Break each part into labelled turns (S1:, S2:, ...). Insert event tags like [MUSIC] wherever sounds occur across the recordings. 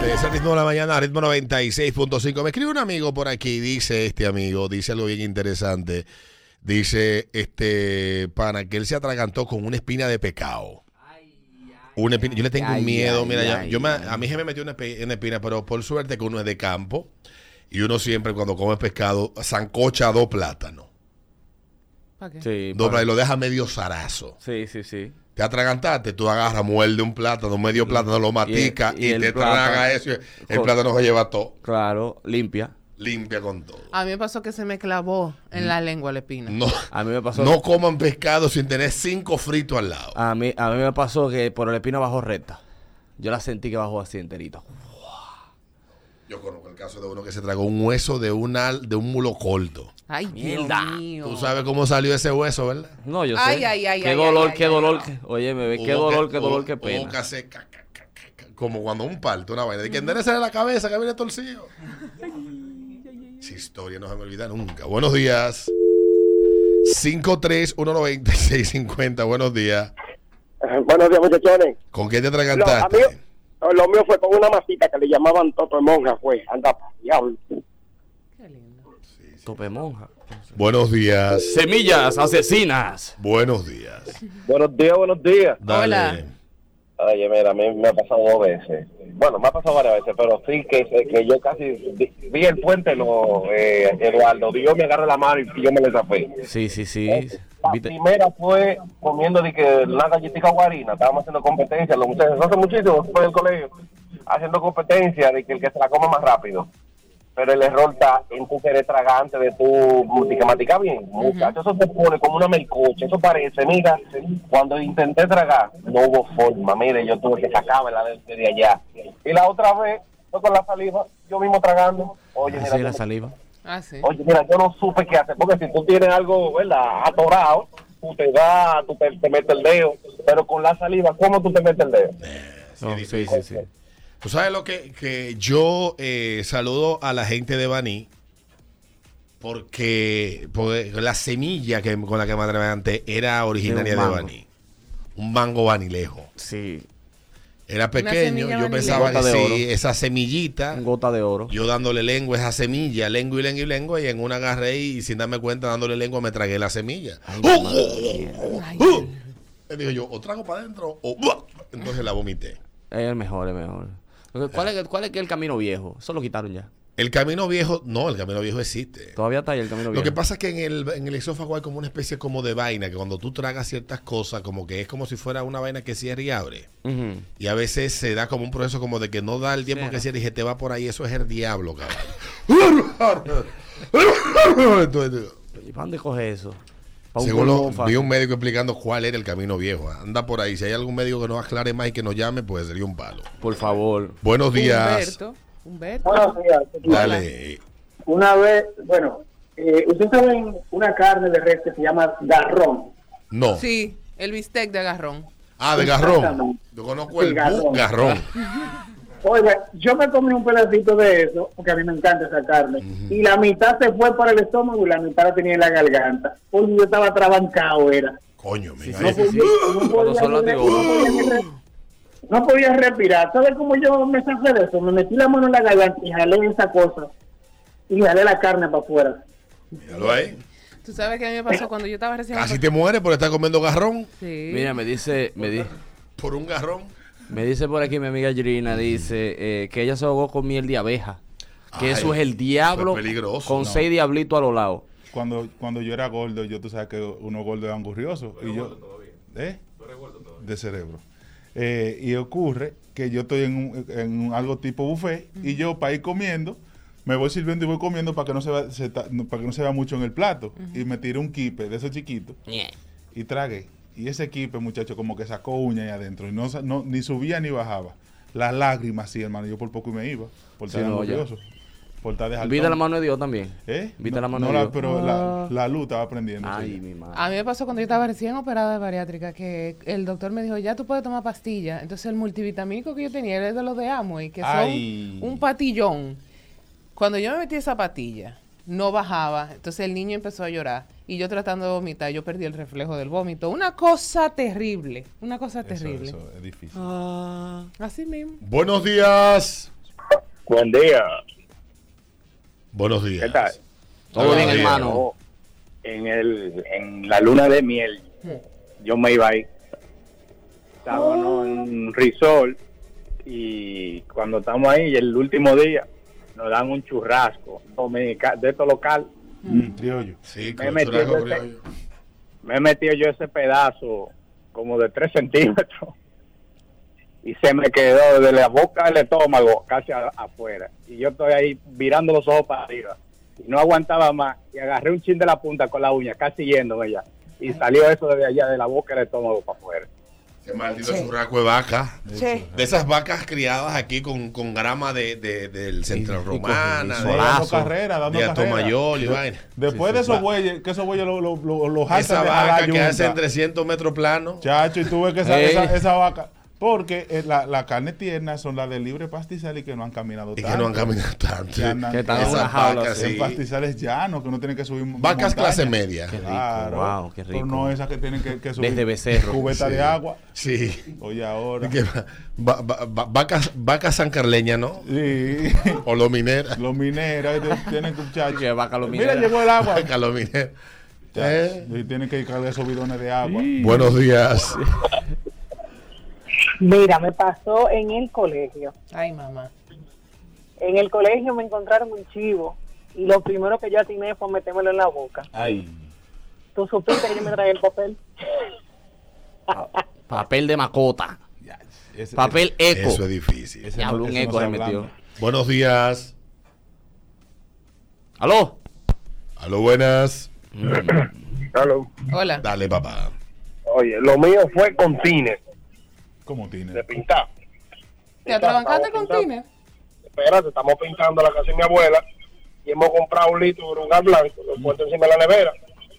S1: Regresa al ritmo de la mañana, al ritmo 96.5. Me escribe un amigo por aquí, dice este amigo, dice algo bien interesante. Dice este pana que él se atragantó con una espina de pecado. Una espina- yo le tengo
S2: ay,
S1: un miedo,
S2: ay,
S1: mira, ya-
S2: ay,
S1: yo me- a mí se me metió una, espi- una espina, pero por suerte que uno es de campo y uno siempre cuando come pescado zancocha dos plátanos.
S3: ¿Para qué?
S2: Sí,
S1: Dos
S2: pa-
S1: plátanos, y lo deja medio zarazo.
S2: sí, sí, sí.
S1: Te atragantaste, tú agarras, muerde un plátano, medio plátano, lo matica y,
S2: y el
S1: te
S2: plátano-
S1: traga eso. y El
S2: con-
S1: plátano se lleva todo,
S2: Claro, limpia.
S1: limpia con [LAUGHS] todo.
S3: A mí me pasó que se me clavó en la lengua la espina.
S1: No,
S2: A mí me pasó.
S1: no coman pescado sin tener cinco fritos al lado.
S2: A mí, a mí me pasó que por el espino bajó recta. Yo la sentí que bajó así enterito.
S1: Yo conozco el caso de uno que se tragó un hueso de, un al- de un mulo corto.
S3: Ay,
S2: Mierda.
S3: Dios mío.
S1: Tú sabes cómo salió ese hueso, ¿verdad?
S2: No, yo sé.
S3: Ay, ay, ay,
S2: qué
S3: ay,
S2: dolor,
S3: ay,
S2: qué
S3: ay,
S2: dolor.
S3: ay.
S2: que- Oye, bebé,
S1: Hubo
S2: qué dolor,
S1: que-
S2: qué dolor,
S1: hubo-
S2: qué
S1: hubo que
S2: pena.
S1: hacer ca- ca- ca- ca- ca- como cuando un parto, una vaina. De que enderezale la cabeza que viene torcido. [LAUGHS] Esa historia no se me olvida nunca. Buenos días. 5319650. Buenos días.
S4: Eh, Buenos días, muchachones.
S1: ¿Con qué te
S4: No, a mí-
S1: atragantaste?
S4: lo mío fue con una masita que le llamaban Toto de Monja, fue. Anda, pa' diablo.
S3: Qué lindo.
S2: Tope monja.
S1: Buenos días.
S2: Semillas asesinas.
S1: Buenos días.
S5: Buenos días, buenos días.
S1: Dale.
S3: Hola.
S5: Oye, mira, a mí me ha pasado dos veces. Bueno, me ha pasado varias veces, pero sí que, eh, que yo casi vi- vi el puente, lo, eh, Eduardo. Dios me agarra la mano y yo me le tapé.
S2: Sí, sí, sí.
S5: Eh, La
S2: Viste-
S5: primera fue comiendo de que la galletita guarina. Estábamos haciendo competencia, los muchachos, no hace muchísimo, fue del colegio, haciendo competencia de que el que se la coma más rápido. Pero el error está en tu querer tragante de tu multicamática bien. Muchacho, eso se pone como una melcocha. Eso parece, mira, cuando intenté tragar, no hubo forma. Mire, yo tuve que sacármela de, de allá. Y la otra vez, yo con la saliva, yo mismo tragando. Oye,
S2: Así
S5: mira,
S2: Ah, la
S5: yo-
S2: saliva.
S3: Ah, sí.
S5: Oye, mira, yo no supe qué hacer, porque si tú tienes algo, ¿verdad? Atorado, tú te vas, tú te, te metes el dedo, pero con la saliva, ¿cómo tú te metes el dedo?
S2: No, Oh, sí, sí, sí.
S1: Tú sabes lo que, que yo eh, saludo a la gente de Baní porque, porque la semilla que, con la que me atraganté era originaria de,
S2: mango.
S1: Baní. Un mango vanilejo.
S2: Sí,
S1: Era
S3: semilla
S1: pequeño, yo
S3: vanilejo.
S1: pensaba que
S2: Gota de oro.
S1: sí, esa semillita,
S2: un gota de oro.
S1: yo dándole lengua a esa semilla, lengua y lengua y lengua, y en una agarré y sin darme cuenta dándole lengua me tragué la semilla.
S3: Ay,
S1: ¡Uh! Y Digo yo, o trago para adentro o... ¡buah! Entonces la vomité.
S2: Es el mejor, el mejor. ¿Cuál es, ¿Cuál es que el camino viejo? Eso lo quitaron ya.
S1: El camino viejo, no, el camino viejo existe.
S2: Todavía está ahí el camino
S1: Lo
S2: viejo.
S1: que pasa es que en el, en el esófago hay como una especie como de vaina, que cuando tú tragas ciertas cosas, como que es como si fuera una vaina que cierra y abre.
S2: Ujú.
S1: Y a veces se da como un proceso como de que no da el tiempo
S2: Cierra.
S1: que cierra y se te va por ahí. Eso es el diablo, cabrón. Entonces,
S2: ¿Y para dónde coge eso? Para
S1: Según
S2: un
S1: lo-
S2: pulmón
S1: vi
S2: fácil.
S1: un médico explicando cuál era el camino viejo. Anda por ahí. Si hay algún médico que nos aclare más y que nos llame, pues sería un palo.
S2: Por favor.
S1: Buenos días.
S3: Humberto. Humberto.
S6: Buenos días.
S1: Dale.
S6: Una vez, bueno, eh, ustedes saben una carne de res que se llama garrón.
S1: No.
S3: Sí, el bistec de agarrón.
S1: Ah, de garrón.
S6: Exactamente.
S1: Yo conozco
S6: Sí,
S1: el
S6: garrón.
S1: bu- garrón.
S6: Oiga, yo me comí un pedacito de eso, porque a mí me encanta esa carne, y la mitad se fue para el estómago y la mitad la tenía en la garganta, porque yo estaba trabancado, era.
S1: Coño, mira. eh,
S2: Sí, sí, sí.
S6: No
S2: Cuando
S6: podía,
S2: son las
S6: no
S2: de
S6: podía- no podía respirar. ¿Sabes cómo yo me saqué de eso? Me metí la mano en la garganta y jalé esa cosa, y jalé la carne para afuera.
S1: Míralo ahí.
S3: Tú sabes que a mí me pasó cuando yo estaba recién.
S1: Casi te mueres por estar comiendo garrón.
S3: Sí.
S2: Mira, me dice, me, di-
S1: Por un garrón.
S2: me dice por aquí mi amiga Girina, dice eh, que ella se ahogó con miel de abeja. Que
S1: Ay,
S2: eso es
S1: eso es
S2: el diablo
S1: peligroso.
S2: con
S1: No.
S2: seis diablitos a los lados.
S7: Cuando, cuando yo era gordo, yo tú sabes que uno gordo es angurrioso. y yo, ¿Eh? De cerebro. Eh, y ocurre que yo estoy en, un- en un- algo tipo buffet y yo para ir comiendo, me voy sirviendo y voy comiendo para que no se, va- se ta- no- para que no se vea mucho en el plato. Y me tiré un kipe de esos chiquitos y tragué. Y ese equipo, muchacho, como que sacó uña ahí adentro. Y no, sa- no- ni subía ni bajaba. Las lágrimas, sí, hermano. Yo por poco me iba. Por
S2: Sí,
S7: estar
S2: no, ya.
S7: orgulloso. Por estar de jaltón.
S2: Vida la mano de Dios también.
S7: ¿Eh?
S2: Vida
S7: no,
S2: la mano
S7: no
S2: de
S7: la-
S2: Dios.
S7: pero la, la luz estaba aprendiendo.
S2: Ay, mi madre.
S3: A mí me pasó cuando yo estaba recién operada de bariátrica que el doctor me dijo, ya tú puedes tomar pastillas. Entonces el multivitamínico que yo tenía era de los de Amway, que son
S7: Ay.
S3: un patillón. Cuando yo me metí esa patilla, no bajaba. Entonces el niño empezó a llorar. Y yo tratando de vomitar, yo perdí el reflejo del vómito. Una cosa terrible, Ah. una cosa
S7: Eso,
S3: terrible.
S7: eso es difícil.
S3: Así mismo.
S1: Buenos días.
S6: Buen día.
S1: Buenos
S6: ¿Qué
S1: días.
S6: tal?
S2: Todo bien,
S1: Bien.
S2: hermano.
S6: Yo, en, el, en la luna de miel, yo me iba ahí. Estábamos en un resort y cuando estamos ahí, el último día, nos dan un churrasco dominica- de esto local.
S7: Mm, criollo.
S1: Sí,
S6: Me
S1: con
S6: metí
S1: churrasco
S6: en ese-
S1: criollo.
S6: Me he metido yo ese pedazo como de 3 centímetros [LAUGHS] y se me quedó de la boca al estómago casi a- afuera. Y yo estoy ahí virando los ojos para arriba. Y no aguantaba más y agarré un chin de la punta con la uña, casi yéndome ya. Y salió eso de allá, de la boca al estómago para afuera.
S1: Ese maldito
S3: Che.
S1: churrasco de vaca.
S3: Che,
S1: De esas vacas criadas aquí con, con grama de, de- del central
S2: y con
S1: romana,
S7: Sí,
S1: de-
S7: dando
S2: Solazo.
S7: carrera, dando
S1: de
S7: carrera.
S1: Atomayor y vaina.
S7: Después
S2: Sí, sí,
S7: de
S2: va.
S7: esos bueyes, que esos bueyes los lo, lo, lo jaltan
S1: Esa
S7: de
S1: vaca
S7: jalar
S1: que hace en
S7: yunta.
S1: 300 metros plano.
S7: Chacho, y tú ves que esa,
S2: Ey.
S7: esa, esa vaca. Porque eh, la, la carne tierna son las de libre pastizal y que no han caminado
S1: Y
S7: tanto.
S1: que no han caminado tanto.
S7: Que andan-
S2: Que están en
S1: Esas
S2: una jaula,
S1: vacas,
S2: sí.
S1: sí.
S7: En pastizales llanos, que no tienen que subir.
S1: Vacas
S7: montaña.
S1: clase media.
S2: Qué rico,
S7: Claro.
S2: wow, qué rico.
S7: Pero no esas que tienen que, que subir.
S2: Desde becerro.
S7: Cubeta de agua.
S1: Sí. [LAUGHS]
S7: Oye, ahora.
S1: Que va- va- va- va- vacas, vacas sancarleñas, ¿no?
S7: Sí.
S2: [LAUGHS]
S1: O lo minera.
S7: Los mineros que te- tienen que muchachos.
S2: Oye, vaca los
S7: Mira,
S2: mineros.
S7: llegó
S1: [LAUGHS]
S7: el agua.
S1: Vaca lo minera.
S7: Chacho,
S1: Eh.
S7: Y tienen que cargar esos bidones de agua.
S1: Buenos días.
S8: Mira, me pasó en el colegio.
S3: ay mamá.
S8: En el colegio me encontraron un chivo y lo primero que yo atiné fue metérmelo en la boca.
S7: Ay.
S8: ¿Tú supiste que yo me traía
S6: [LAUGHS]
S8: el papel?
S2: Papel de macota.
S7: Ya, ese-
S2: Papel eco.
S1: Eso es difícil.
S7: ese
S2: Ya, un
S7: ese
S2: eco
S7: se
S2: se
S7: ablanda.
S2: metió.
S1: Buenos días.
S2: ¿Aló?
S1: A lo buenas.
S3: Hola.
S1: Dale, papá.
S6: Oye, lo mío fue con tines,
S7: ¿Cómo tiene?
S6: pintar.
S3: ¿Te atrabancaste con Tiner?
S6: espérate, estamos pintando la casa de mi abuela y hemos comprado un litro de lugar blanco, lo he puesto encima de la nevera.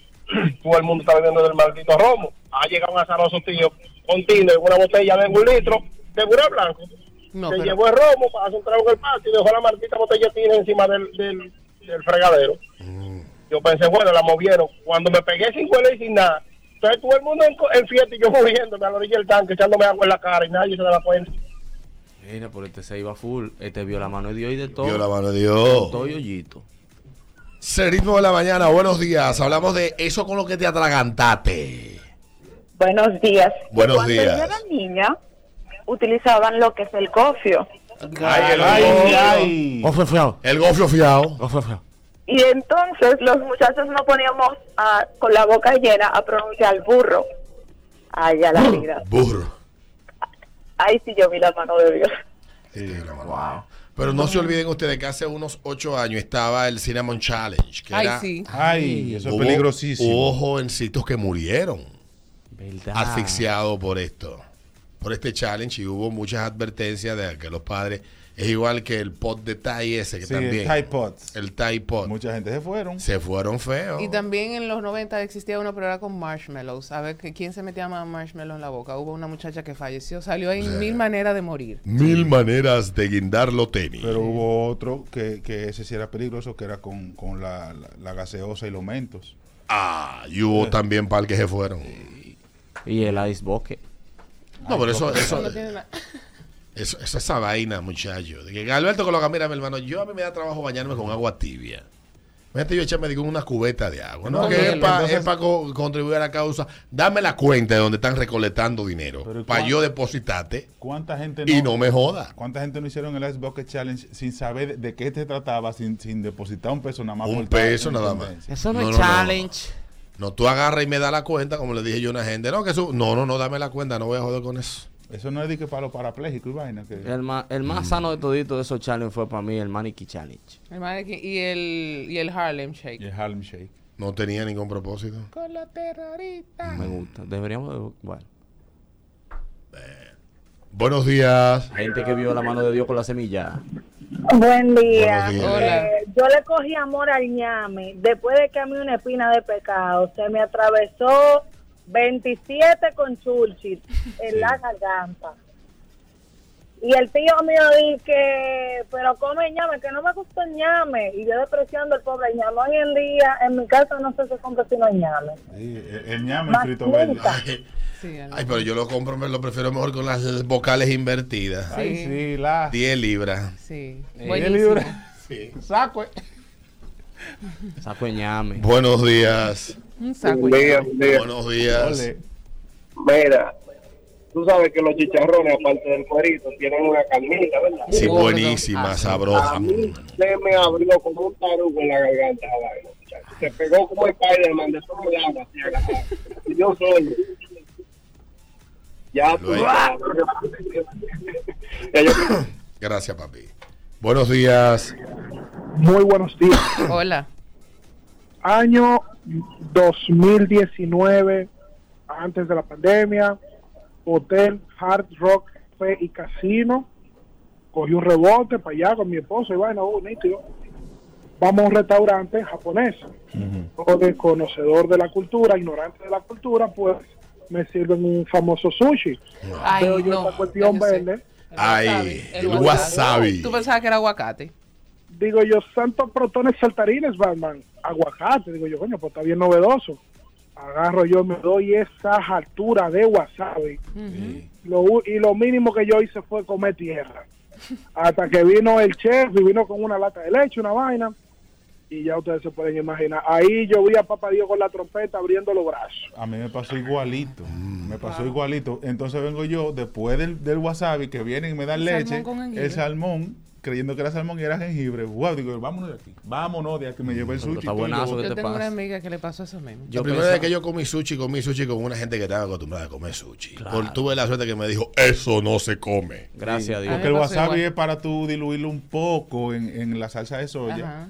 S6: [CLEARS THROAT] Todo el mundo está bebiendo del maldito romo. Ha llegado un azaroso tío con Tinder, una botella de un litro de lugar blanco.
S3: No,
S6: Se
S3: pero-
S6: llevó el romo para hacer un trago en el patio y dejó la maldita botella de Tinder encima del, del, del fregadero. Yo pensé, bueno, la movieron. Cuando me pegué sin huele y sin nada, entonces todo el mundo en, co- en fiesta y yo [LAUGHS] muriéndome a la orilla del tanque, echándome agua en la cara y nadie se daba cuenta.
S2: Mira, por este se iba full. Este vio la mano de Dios y de todo.
S1: Dios la mano de
S2: Todo y
S1: Dios.
S2: hoyito.
S1: Ese ritmo de la mañana. Buenos días. Hablamos de eso con lo que te atragantaste.
S8: Buenos días.
S1: Buenos
S8: Cuando
S1: días.
S8: yo era niña, utilizaban lo que es el cofio.
S1: Ay, el,
S7: Ay,
S1: gofio.
S7: ay.
S2: fue fiado?
S1: el gofio fiado.
S2: ¿O fue fiado?
S8: Y entonces los muchachos no poníamos a- con la boca llena a pronunciar burro. Ay, a la
S1: Mm.
S8: vida.
S1: Burro.
S8: Ahí sí yo vi la mano de Dios.
S1: Este Pero no se olviden ustedes que hace unos ocho años estaba el Cinnamon Challenge. Que
S3: Ay,
S1: era-
S3: sí.
S7: Ay, eso es
S1: hubo-
S7: peligrosísimo.
S1: Hubo jovencitos que murieron
S2: ¿Verdad?
S1: asfixiados por esto. Por este challenge y hubo muchas advertencias de que los padres. Es igual que el pot de Thai ese que
S7: Sí, el
S1: también.
S7: Tide Pods.
S1: El Thai pot.
S7: Mucha gente se fueron.
S1: Se fueron feos.
S3: Y
S2: Oh.
S3: también en los 90 existía una prueba con marshmallows. A ver que- quién se metía más marshmallows en la boca. Hubo una muchacha que falleció. Salió en mil maneras de morir.
S1: Mil maneras de guindar los tenis.
S7: Pero hubo otro que, que ese sí era peligroso, que era con, con la, la- la gaseosa y los mentos.
S1: Ah, y hubo también par que se fueron.
S2: Y el ice bucket.
S1: No, pero eso,
S3: Eso
S1: eso,
S3: no tiene nada.
S1: eso, eso- esa vaina, muchacho. De que Alberto Coloca, mira, mi hermano, yo a mí me da trabajo bañarme con agua tibia. Imagínate yo echarme digo, una cubeta de agua. No,
S7: No,
S1: que
S7: pero
S1: es para
S7: entonces-
S1: contribuir a la causa. Dame la cuenta de donde están recolectando dinero.
S7: Pero
S1: Para
S7: ¿cuán-
S1: yo depositarte
S7: ¿Cuánta gente
S1: y no me joda.
S7: ¿Cuánta gente no hicieron el Ice Bucket Challenge sin saber de, de qué se trataba, sin, sin depositar un peso nada más?
S1: Un
S7: por estar
S1: peso
S7: en
S1: nada más.
S7: tendencia?
S2: Eso no,
S1: No,
S2: es
S1: no, no.
S2: challenge.
S1: No, tú agarras y me das la cuenta, como le dije yo a una gente. No, que eso- no, no, no, dame la cuenta, no voy a joder con eso.
S7: Eso no es de que para los parapléjicos y vaina. Que...
S2: El, ma- el más sano de todito de esos challenges fue para mí el Maniquí Challenge.
S3: El mannequin y el, y el Harlem Shake.
S7: Y el Harlem Shake.
S1: No tenía ningún propósito.
S3: Con los terroristas.
S2: Me gusta. Deberíamos. de- Bueno.
S1: Buenos días.
S2: Gente que vio la mano de Dios con la semilla.
S8: Buen día.
S1: Buenos días.
S3: Hola.
S8: Eh, yo le cogí amor al ñame después de que a mí una espina de pecado se me atravesó 27 con chulchis en la garganta. Y el tío mío dice, pero come ñame, que no me gusta el ñame. Y yo despreciando el pobre ñame. Hoy en día, en mi casa no sé qué compra sino ñame.
S7: Sí, el, el ñame
S1: [LAUGHS]
S8: Más
S7: frito verde.
S8: nunca.
S3: Sí, algo.
S1: Ay, pero yo lo compro, me lo prefiero mejor con las vocales invertidas.
S7: Ay, sí, la.
S1: 10 libras.
S3: Sí.
S2: Eh,
S3: Buenísimo.
S7: libre.
S1: Sí.
S7: Saco. eh.
S2: Saco de ñame.
S1: Buenos días.
S3: Un saco.
S5: Buen día, buen día.
S1: Buenos días.
S7: Ole.
S5: Mira, tú sabes que los chicharrones, aparte del cuerito, tienen una carnita, ¿verdad?
S1: Sí,
S3: Gordo.
S1: buenísima,
S3: Ah,
S1: sabrosa.
S5: A mí se me abrió como un tarugo en la garganta. la vaina, muchacho. Se pegó como Spider-Man de todos lados. así, agarrado. Y yo solo. Ya tú
S1: Luego.
S5: sabes. Ya yo creo que-
S1: Gracias, papi. Buenos días.
S9: Muy buenos días.
S3: Hola.
S9: Año 2019, antes de la pandemia, hotel Hard Rock Café y Casino. Cogí un rebote para allá con mi esposo y bueno, oh, nítido. Vamos a un restaurante japonés. Yo de conocedor de la cultura, ignorante de la cultura, pues me sirven un famoso sushi.
S3: Ay,
S9: Pero yo
S3: no.
S9: esta cuestión
S3: Ya yo sé.
S9: verde,
S3: El
S1: Ay,
S3: wasabi.
S1: el
S2: Uh,
S1: wasabi.
S3: Tú pensabas que era aguacate.
S9: digo yo, santos protones saltarines, Batman, aguacate, digo yo, coño, pues está bien novedoso. Agarro yo, me doy esa altura de wasabi. Lo u- y lo mínimo que yo hice fue comer tierra. Hasta que vino el chef y vino con una lata de leche, una vaina. Y ya ustedes se pueden imaginar. Ahí yo vi a Papá Dios con la trompeta abriendo los brazos.
S7: A mí me pasó igualito.
S1: Mm.
S7: Me pasó igualito. Entonces vengo yo, después del, del wasabi, que vienen y me dan
S3: El salmón
S7: leche,
S3: con jengibre.
S7: el salmón, creyendo que era salmón y era jengibre. Wow, digo, vámonos de aquí. Vámonos de aquí. Me llevé el
S1: Mm,
S2: Pero
S7: sushi.
S2: está
S7: todo
S2: buenazo
S7: y
S2: ¿Qué
S3: Yo
S2: te
S3: tengo una
S2: pasa?
S3: amiga que le pasó eso mismo.
S1: La
S2: Yo
S1: primera vez
S2: pensaba-
S1: que yo comí sushi, comí sushi con una gente que estaba acostumbrada a comer sushi. Por- tuve la suerte que me dijo, eso no se come.
S2: Gracias a
S7: todo.
S2: Dios.
S3: Ay,
S7: Porque el
S3: Me pasó
S7: wasabi
S3: igual.
S7: es para tú diluirlo un poco en, en la salsa de soya.
S3: Ajá.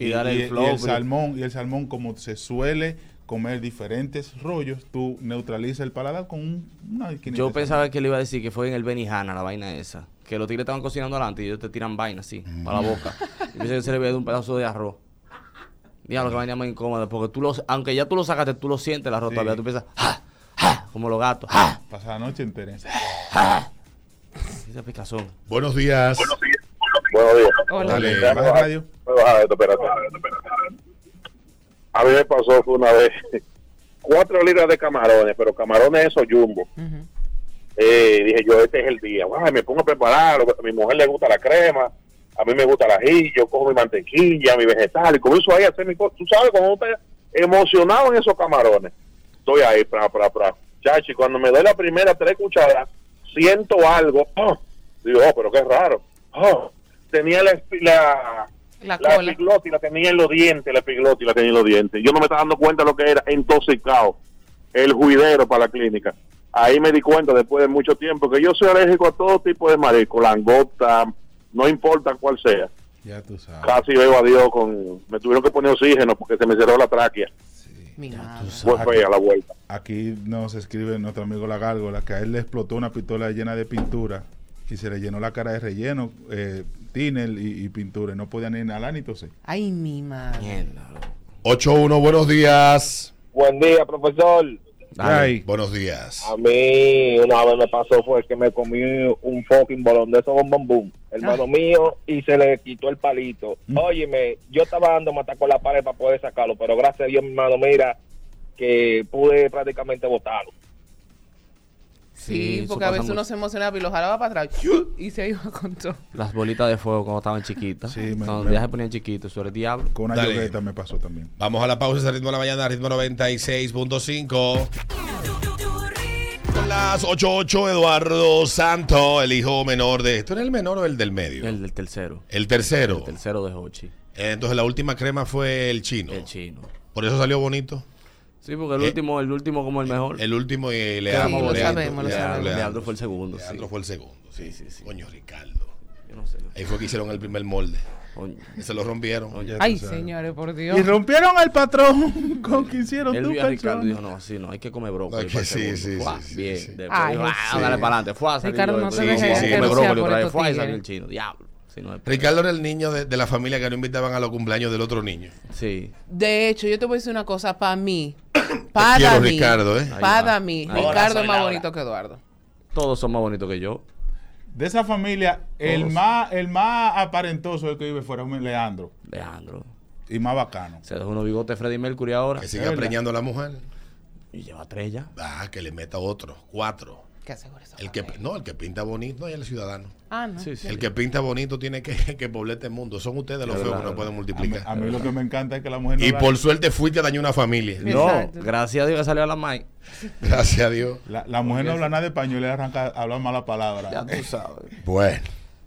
S2: Y darle el flow, pues.
S7: el
S2: bro.
S7: salmón, y el salmón, como se suele comer diferentes rollos, tú neutralizas el paladar con un- una esquinita
S2: Yo
S7: de
S2: pensaba que le iba a decir que fue en el Benihana la vaina esa. Que los tigres estaban cocinando adelante y ellos te tiran vaina así, para la boca. Y pensé que se le había dado un pedazo de arroz. Diablo, que vaina más incómoda. Porque tú los, aunque ya tú lo sacaste, tú lo sientes el arroz
S7: Sí.
S2: todavía. Tú piensas, ¡ja! ¡ja! Como los gatos, ¡ja!
S7: salmón. Pasa la noche entera.
S2: Esa picazón.
S1: Buenos días.
S5: Buenos días.
S3: Hola.
S1: Dale.
S7: Baja el radio.
S5: Voy a bajar esto, espérate. A mí me pasó fue una vez [LAUGHS] cuatro libras de camarones, pero camarones esos jumbo.
S3: Ujú.
S5: Eh, dije yo, este es el día. Ay, me pongo a preparar. A mi mujer le gusta la crema, a mí me gusta el ají, yo cojo mi mantequilla, mi vegetal y comienzo ahí a hacer mi cosa. Tú sabes cómo está emocionado en esos camarones. Estoy ahí, pra, pra, pra. Chachi, cuando me doy la primera tres cucharadas, siento algo. Oh, digo, oh, pero qué raro. Oh, tenía la, espi- la,
S3: La
S5: la
S3: cola.
S5: epiglotis la tenía en los dientes, la epiglotis la tenía en los dientes. Yo no me estaba dando cuenta de lo que era intoxicado, el juidero para la clínica. Ahí me di cuenta después de mucho tiempo que yo soy alérgico a todo tipo de marisco, langosta, no importa cuál sea.
S7: Ya tú sabes.
S5: Casi veo a Dios con... Me tuvieron que poner oxígeno porque se me cerró la tráquea.
S3: Mi madre.
S5: Fue fea la vuelta.
S7: Aquí nos escribe nuestro amigo La Gárgola que a él le explotó una pistola llena de pintura y se le llenó la cara de relleno, eh, tínel y, y pintura. Y no podía ni inhalar ni toser.
S3: Ay, mi madre.
S2: Mierda, bro.
S1: 8-1, buenos días.
S5: Buen día, profesor.
S2: Dale.
S7: Ay,
S1: Buenos días.
S5: A mí una vez me pasó fue que me comí un fucking bolón de esos bombón boom, hermano mío, y se le quitó el palito.
S7: Mm.
S5: Óyeme, yo estaba dando matar con la pared para poder sacarlo, pero gracias a Dios, mi hermano, mira, que pude prácticamente botarlo.
S3: Sí,
S2: eso
S3: porque a
S2: pasa
S3: veces uno
S2: mucho.
S3: se emocionaba y lo jalaba para
S2: [LAUGHS]
S3: atrás y se iba con todo.
S2: Las bolitas de fuego cuando estaban chiquitas.
S7: Sí, me-
S2: cuando
S7: me-
S2: ya se ponían chiquitos, eso era el diablo.
S7: con una
S1: Dale.
S7: yogueta me pasó también.
S1: Vamos a la pausa, es el ritmo de la mañana, ritmo 96.5. Son las 8.8, Eduardo Santo, el hijo menor de... ¿Esto era el menor o el del medio? El,
S2: El del tercero.
S1: tercero.
S2: El tercero de Hochi,
S1: Eh, Entonces la última crema fue el chino.
S2: el chino.
S1: Por eso salió bonito.
S2: Sí, porque el
S1: Eh,
S2: último, el último como el mejor.
S1: El último eh, y le
S3: Sí, lo sabemos, lo sabemos.
S2: Leandro, Leandro fue el segundo. sí.
S1: Leandro fue el segundo, sí.
S2: Sí, sí, sí.
S1: Coño, Ricardo.
S2: Yo no sé.
S1: Ahí fue que hicieron el primer molde.
S2: Coño.
S1: Se lo rompieron.
S7: Ya tú
S3: Ay,
S7: sabes.
S3: señores, por
S7: Y
S3: Dios.
S7: rompieron al patrón [LAUGHS] con que hicieron
S2: Él
S7: tu
S2: vio a Ricardo y dijo,
S7: persona.
S2: no, así no, hay que comer brócoli.
S1: No, es
S2: para
S1: que
S2: el
S1: sí, sí,
S2: segundo". Fuá,
S1: sí, sí,
S2: Bien.
S1: sí.
S2: Después
S3: Ay,
S2: dijo, ah,
S3: sí.
S2: dale para adelante. Fue
S3: Ricardo, no se
S1: deje
S2: comer
S1: acariciar
S2: brócoli
S3: por
S2: otra vez.
S3: estos
S2: Fua, y salió
S3: tigres.
S2: el chino. Diablo. Sí, no, es-
S1: Ricardo era el niño de, de la familia que no invitaban a los cumpleaños del otro niño.
S2: Sí.
S3: De hecho, yo te voy a decir una cosa para mí. [COUGHS]
S1: Te
S3: Para
S1: quiero,
S3: mí.
S1: Ricardo, ¿eh?
S2: Ahí
S3: Para
S2: va.
S3: mí.
S2: Ahora
S3: Ricardo
S2: soy
S3: es más
S2: Laura.
S3: bonito que Eduardo.
S2: Todos son más bonitos que yo.
S7: De esa familia, el
S2: Todos.
S7: más, el más aparentoso el que vive fuera fue Leandro.
S2: Leandro.
S7: Y más bacano.
S2: Se dejó unos bigotes Freddy Mercury ahora.
S1: Que siga
S7: verdad.
S1: preñando a la mujer.
S2: Y Y lleva tres ya.
S1: Ah, que le meta otro, cuatro.
S3: Que asegure eso.
S1: El que, no, el que pinta bonito es el ciudadano.
S3: Ah, no.
S2: Sí, sí.
S1: El que pinta bonito tiene que, [LAUGHS] que poblar este mundo. Son ustedes los
S2: Es
S1: feos que
S2: verdad,
S1: no
S2: es
S1: pueden
S7: A mí,
S1: multiplicar.
S7: a mí lo que me encanta es que la mujer no
S1: y
S7: la-
S1: por suerte fuiste a dañar una familia.
S3: Mira.
S2: No,
S3: Exacto.
S2: gracias a Dios que salió a la Mike.
S1: [LAUGHS] Gracias a Dios.
S7: La, la mujer no habla nada de español y arranca a hablar malas palabras.
S2: Ya pues. tú sabes.
S1: Bueno.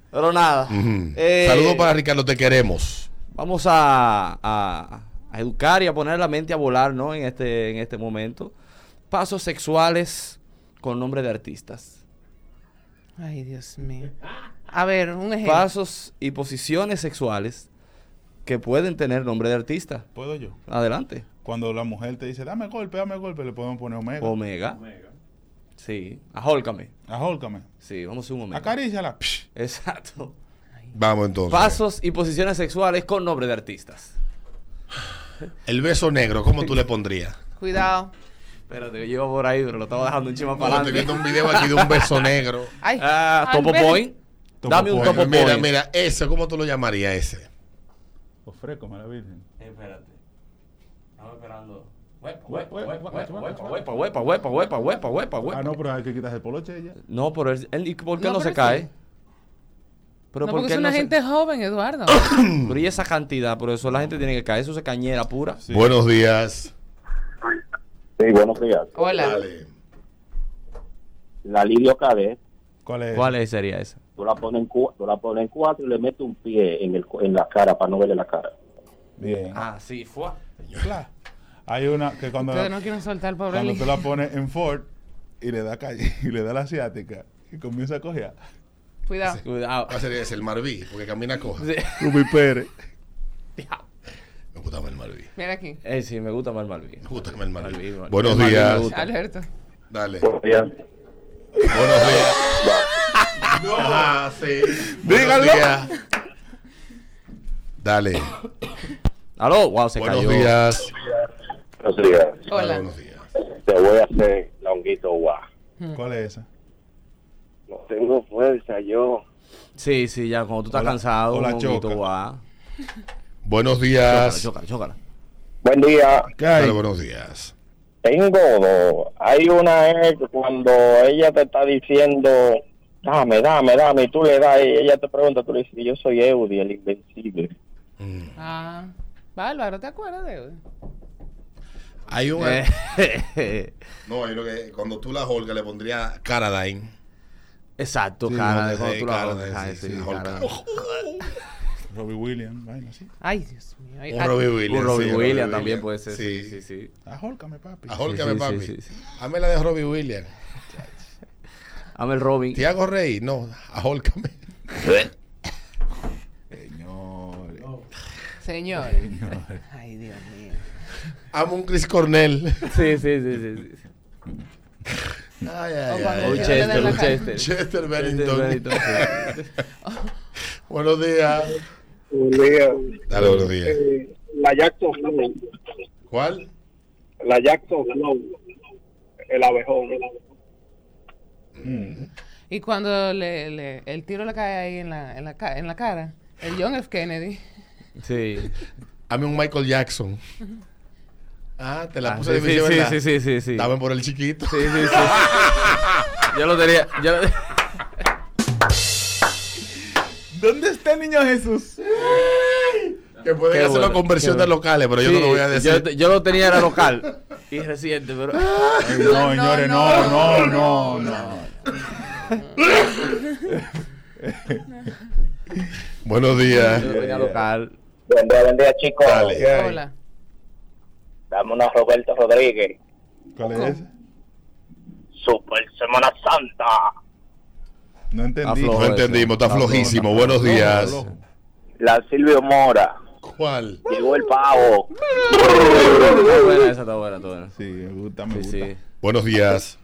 S2: Pero nada.
S1: Ujú.
S2: eh,
S1: Saludos para Ricardo, te queremos.
S2: Vamos a, a- a educar y a poner la mente a volar, ¿no? En este, en este momento. Pasos sexuales con nombre de artistas.
S3: Ay, Dios mío. A ver, un ejemplo.
S2: Pasos y posiciones sexuales que pueden tener nombre de artista.
S7: ¿Puedo yo?
S2: Adelante.
S7: Cuando la mujer te dice, dame golpe, dame golpe, le podemos poner omega.
S2: Omega. Sí. Ajólcame.
S7: Ajólcame.
S2: Sí, vamos a hacer un omega.
S7: Acaríciala. Psh.
S2: Exacto.
S1: Vamos entonces.
S2: Pasos y posiciones sexuales con nombre de artistas.
S1: El beso negro, ¿cómo tú le pondrías?
S3: Cuidado.
S2: Espérate, que llevo por ahí, pero lo estaba dejando un chima para
S1: Estoy viendo un
S2: adelante.
S1: video aquí de un beso negro.
S3: Ay,
S2: [LAUGHS] Ah, topo
S3: Albert.
S2: point.
S7: Topo
S2: Dame un
S7: point.
S2: topo
S1: mira,
S2: point.
S1: mira, ese, ¿cómo tú lo llamarías ese?
S7: Ofrécome a la virgen.
S2: Espérate. Estamos esperando. Huepa,
S7: huepa, huepa, huepa, huepa,
S2: huepa, huepa, huepa, huepa, huepa, huepa,
S7: Ah, no, pero hay que quitarse el poloche ella.
S2: No, pero él, él- ¿y ¿por qué
S3: No,
S2: no, se
S3: pero
S2: cae?
S3: sí.
S2: Pero
S3: no,
S2: ¿por
S3: porque
S2: qué
S3: es
S2: no
S3: una
S2: se-
S3: gente
S2: [COUGHS]
S3: joven, Eduardo.
S2: Pero y esa cantidad, por eso la gente tiene que caer. Eso es cañera pura.
S7: Sí.
S1: Buenos días.
S5: Sí, buenos días.
S3: Hola.
S1: Dale.
S5: La Lidio Cadet,
S7: ¿Cuál es?
S2: ¿Cuál es- sería esa?
S5: tú la pones en, cua- tú la pones en cuatro y le metes un pie en, el, cu- en la cara para no verle la cara.
S7: Bien.
S2: Ah, sí, fue.
S7: Claro. Hay una que cuando,
S3: Ustedes no quieren soltar al pobre
S7: cuando
S3: niño.
S7: tú la pones en Ford y le da calle [LAUGHS] y le da la asiática y comienza a cojear.
S3: Cuidado.
S2: Cuidado.
S1: ¿Cuál sería ese? El Marví, porque camina coja.
S2: Sí.
S7: [LAUGHS] Rubí Pérez.
S1: Me gustaba el Marví.
S3: Mira aquí.
S2: Eh, sí, me gusta más el Malvin.
S1: Me gusta el Marví.
S2: Marví, Marví.
S1: Buenos
S2: Marví me
S1: días.
S2: gusta.
S3: Alberto.
S1: Dale.
S5: Buenos días.
S1: Buenos
S2: [LAUGHS]
S1: días. Ah, sí. Buenos
S7: Dígalo.
S1: días. Dale.
S2: Aló, wow, se
S1: Buenos
S2: cayó.
S1: días.
S5: Buenos días.
S1: Dale,
S3: Hola.
S1: Buenos días.
S5: Te voy a hacer la honguito guá.
S7: ¿Cuál es esa?
S5: No tengo fuerza yo.
S2: Sí, sí, ya cuando tú estás
S7: Hola-
S2: cansado,
S7: hola,
S2: un honguito,
S7: choca.
S2: guau.
S1: Buenos
S2: Chócala,
S1: días.
S2: chócala, chócala.
S5: Buen día.
S7: ¿Qué
S1: Dale,
S7: hay?
S1: buenos días.
S5: Tengo dos. Hay una es cuando ella te está diciendo, dame, dame, dame, y tú le das, y ella te pregunta, tú le dices, yo soy Eudi, el invencible.
S1: Mm.
S3: Ah, Bárbaro, ¿te acuerdas de él?
S1: Hay un.
S2: Eh,
S1: No, yo creo que cuando tú la holga le pondría Caradine.
S2: [LAUGHS] Exacto,
S7: Sí,
S2: cara.
S7: no,
S2: de cuando
S1: Sí,
S2: tú la
S1: Caradine,
S2: ah,
S1: sí,
S2: sí,
S1: sí,
S2: cara.
S1: Holga.
S7: Robbie Williams. Vaina, sí.
S3: Ay, Dios mío. Ay,
S1: Un
S3: ay,
S1: Robbie
S2: Un
S1: Williams.
S2: Robbie
S1: sí,
S2: Williams
S1: Robbie
S2: también
S1: Williams.
S2: puede ser. Sí, sí, sí.
S7: Ajólcame, papi.
S1: Ajólcame,
S2: Sí, sí,
S1: papi.
S2: sí, sí, sí.
S1: Hazme la de Robbie Williams.
S2: Ame el Robin.
S1: Tiago Rey, no, ajólcame.
S7: Señores.
S3: Señor. [LAUGHS] Ay, Dios mío.
S1: [LAUGHS] Amo un Chris Cornell.
S2: [LAUGHS] Sí, sí, sí, sí. sí.
S1: [LAUGHS] Ay,
S3: O cuando
S2: Un
S3: le
S2: Chester,
S3: dan la
S2: un
S3: cara.
S2: Chester.
S1: Chester
S2: Chester Bennington,
S1: Bennington.
S2: sí.
S1: [LAUGHS] buenos días. Dale, buenos días.
S2: Eh.
S6: Eh, la Jackson Flow.
S1: ¿Cuál?
S6: La Jackson Flow. El abejón.
S3: Y cuando le, le- el tiro le cae ahí en la, en la, ca- en la cara, el John F. Kennedy.
S2: Sí.
S1: Ame un Michael Jackson. Ah, te la
S2: Ah,
S1: puse
S2: sí, sí,
S1: difícil, ¿verdad?
S2: sí, sí, sí, sí.
S1: Dame por el chiquito.
S2: Sí, sí, sí. [LAUGHS] Yo lo tenía. Yo lo...
S7: ¿Dónde está el niño Jesús?
S1: Que pueden
S2: Qué
S1: hacer la
S2: bueno,
S1: conversión
S2: qué bueno.
S1: de locales, pero Pues yo no lo voy a
S2: Sí,
S1: decir. Ah.
S2: Yo, te- yo lo tenía, era local. Y reciente, pero.
S7: Ay, [LAUGHS] no,
S3: No,
S7: señores,
S3: no,
S7: no, no, no, no.
S1: Buenos
S2: Yo
S1: días.
S2: lo tenía local.
S5: Buen día, buen día, chicos.
S1: Dale.
S7: hay?
S3: Hola.
S5: Dame una Roberto Rodríguez.
S7: ¿Cuál es esa?
S5: Super Semana Santa.
S7: No entendí.
S2: Aflojo.
S1: No entendimos, está
S2: Está flojo,
S1: flojísimo.
S2: está
S1: Buenos días.
S7: Aflojo.
S5: La Silvio Mora.
S1: ¿Cuál?
S5: Llegó el pavo.
S2: Está buena, esa está buena, está buena.
S7: Sí, me gusta, me
S2: Sí,
S7: gusta.
S2: sí.
S1: Buenos días.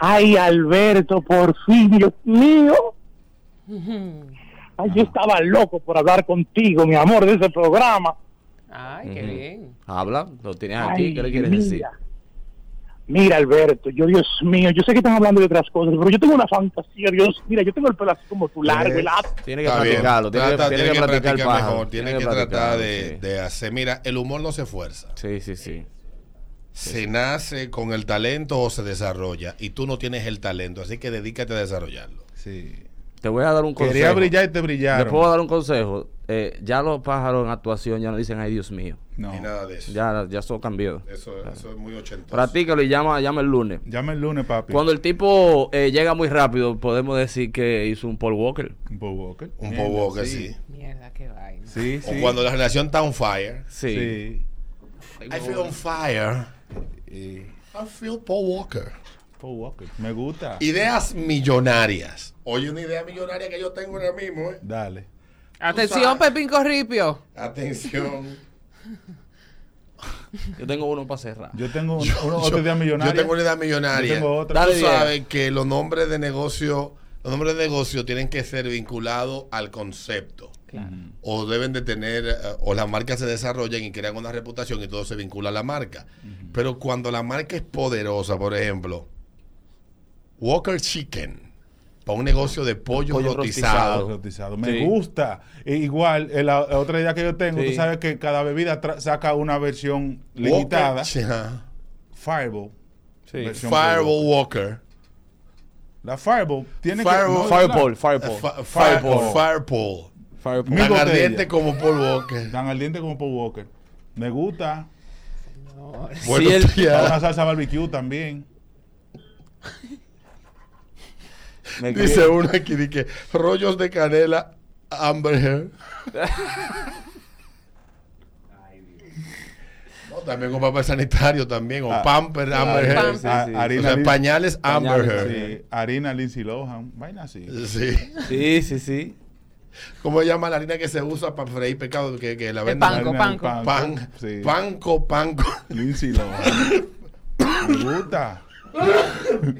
S6: Ay, Alberto, por fin, Dios mío. Ay, yo estaba loco por hablar contigo, mi amor, de ese programa.
S3: Ay, qué
S2: Ujú.
S3: bien.
S2: Habla, lo tienes
S6: Ay,
S2: aquí. ¿Qué le quieres
S6: mira.
S2: decir?
S6: Mira, Alberto, yo, Dios mío, yo sé que están hablando de otras cosas, pero yo tengo una fantasía, Dios, mira, yo tengo el pelo así como tú, largo, el lazo.
S2: Tiene que
S1: Está bien.
S2: practicarlo. Tiene, que-
S1: Trata-
S2: tiene
S1: tiene
S2: que practicar el
S1: practicar
S2: pájaro.
S1: mejor. Tiene que tratar
S2: practicarlo,
S1: de, de hacer. Mira, el humor no se fuerza.
S2: Sí, sí, sí. sí.
S1: se nace con el talento o se desarrolla y tú no tienes el talento, así que dedícate a desarrollarlo.
S7: Sí.
S2: Te voy a dar un consejo.
S7: Quería brillar y te brillaron.
S2: ¿Le puedo dar un consejo? Eh, ya los pájaros en actuación ya no dicen, ay Dios mío.
S7: No.
S1: Y nada de eso.
S2: Ya, ya eso cambió.
S1: Eso, eso es muy ochentoso.
S2: Practícalo y llama, llama el lunes.
S7: Llama el lunes, papi.
S2: Cuando el tipo eh, llega muy rápido, podemos decir que hizo un Paul Walker.
S7: Un Paul Walker.
S1: Un poco que sí.
S3: Mierda, qué vaina.
S7: Sí, sí.
S1: O cuando la relación está on fire.
S2: Sí.
S7: Sí.
S1: I feel on fire.
S7: Y-
S1: I feel Paul Walker.
S7: Paul Walker. Me gusta.
S1: Ideas millonarias. Oye, una idea millonaria que yo tengo ahora mismo, ¿eh?
S7: Dale.
S3: Atención, Pepín Corripio.
S1: Atención.
S2: Yo tengo uno para cerrar.
S7: Yo
S1: [LAUGHS]
S7: tengo un- uno- otro día millonario.
S1: Yo tengo una idea millonaria.
S7: Yo tengo otra.
S1: Tú
S2: Dale,
S1: sabes que los nombres de negocio, los nombres de negocio tienen que ser vinculados al concepto. O deben de tener, eh, o las marcas se desarrollan y crean una reputación y todo se vincula a la marca. Pero cuando la marca es poderosa, por ejemplo, Walker Chicken, para un negocio de pollo,
S2: Pollo
S1: rotizado.
S2: rostizado.
S7: Rotizado. Me
S2: Sí.
S7: gusta. E igual, eh, la la otra idea que yo tengo,
S2: Sí.
S7: tú sabes que cada bebida tra- saca una versión
S1: Walker
S7: limitada.
S1: Chi- ajá.
S7: Fireball.
S2: Sí.
S7: Versión
S1: Fireball Walker.
S7: Fireball. La Fireball tiene que.
S1: Fireball.
S7: no,
S2: Fireball,
S1: Fi-
S2: Fireball.
S1: Fire-
S7: Fireball.
S1: Fireball.
S2: Fireball.
S7: Mi
S1: Tan
S7: botella.
S1: ardiente como Paul Walker.
S7: Tan ardiente como Paul Walker. Me gusta.
S1: Buenos [LAUGHS]
S2: el-
S1: días.
S7: Una salsa barbecue también.
S2: Me
S1: Dice uno aquí, dice, rollos de canela Amber Heard. No, también con papel sanitario también, o
S7: Ah,
S1: Pamper Amber
S3: claro,
S1: Heard.
S3: Pamper.
S7: A-
S2: sí.
S1: O
S7: Harina,
S1: sea,
S7: Lin-
S1: pañales Amber Heard.
S7: sí, harina Lindsay Lohan. Vaina así.
S1: Sí.
S2: Sí, sí, sí.
S1: ¿Cómo se llama la harina que se usa para freír pescado? Que, que la
S3: El
S1: venden.
S3: Panco,
S7: Harina de
S3: panco.
S1: Pan,
S7: Sí.
S1: panco, panco. [LAUGHS]
S7: Lindsay Lohan. Me gusta.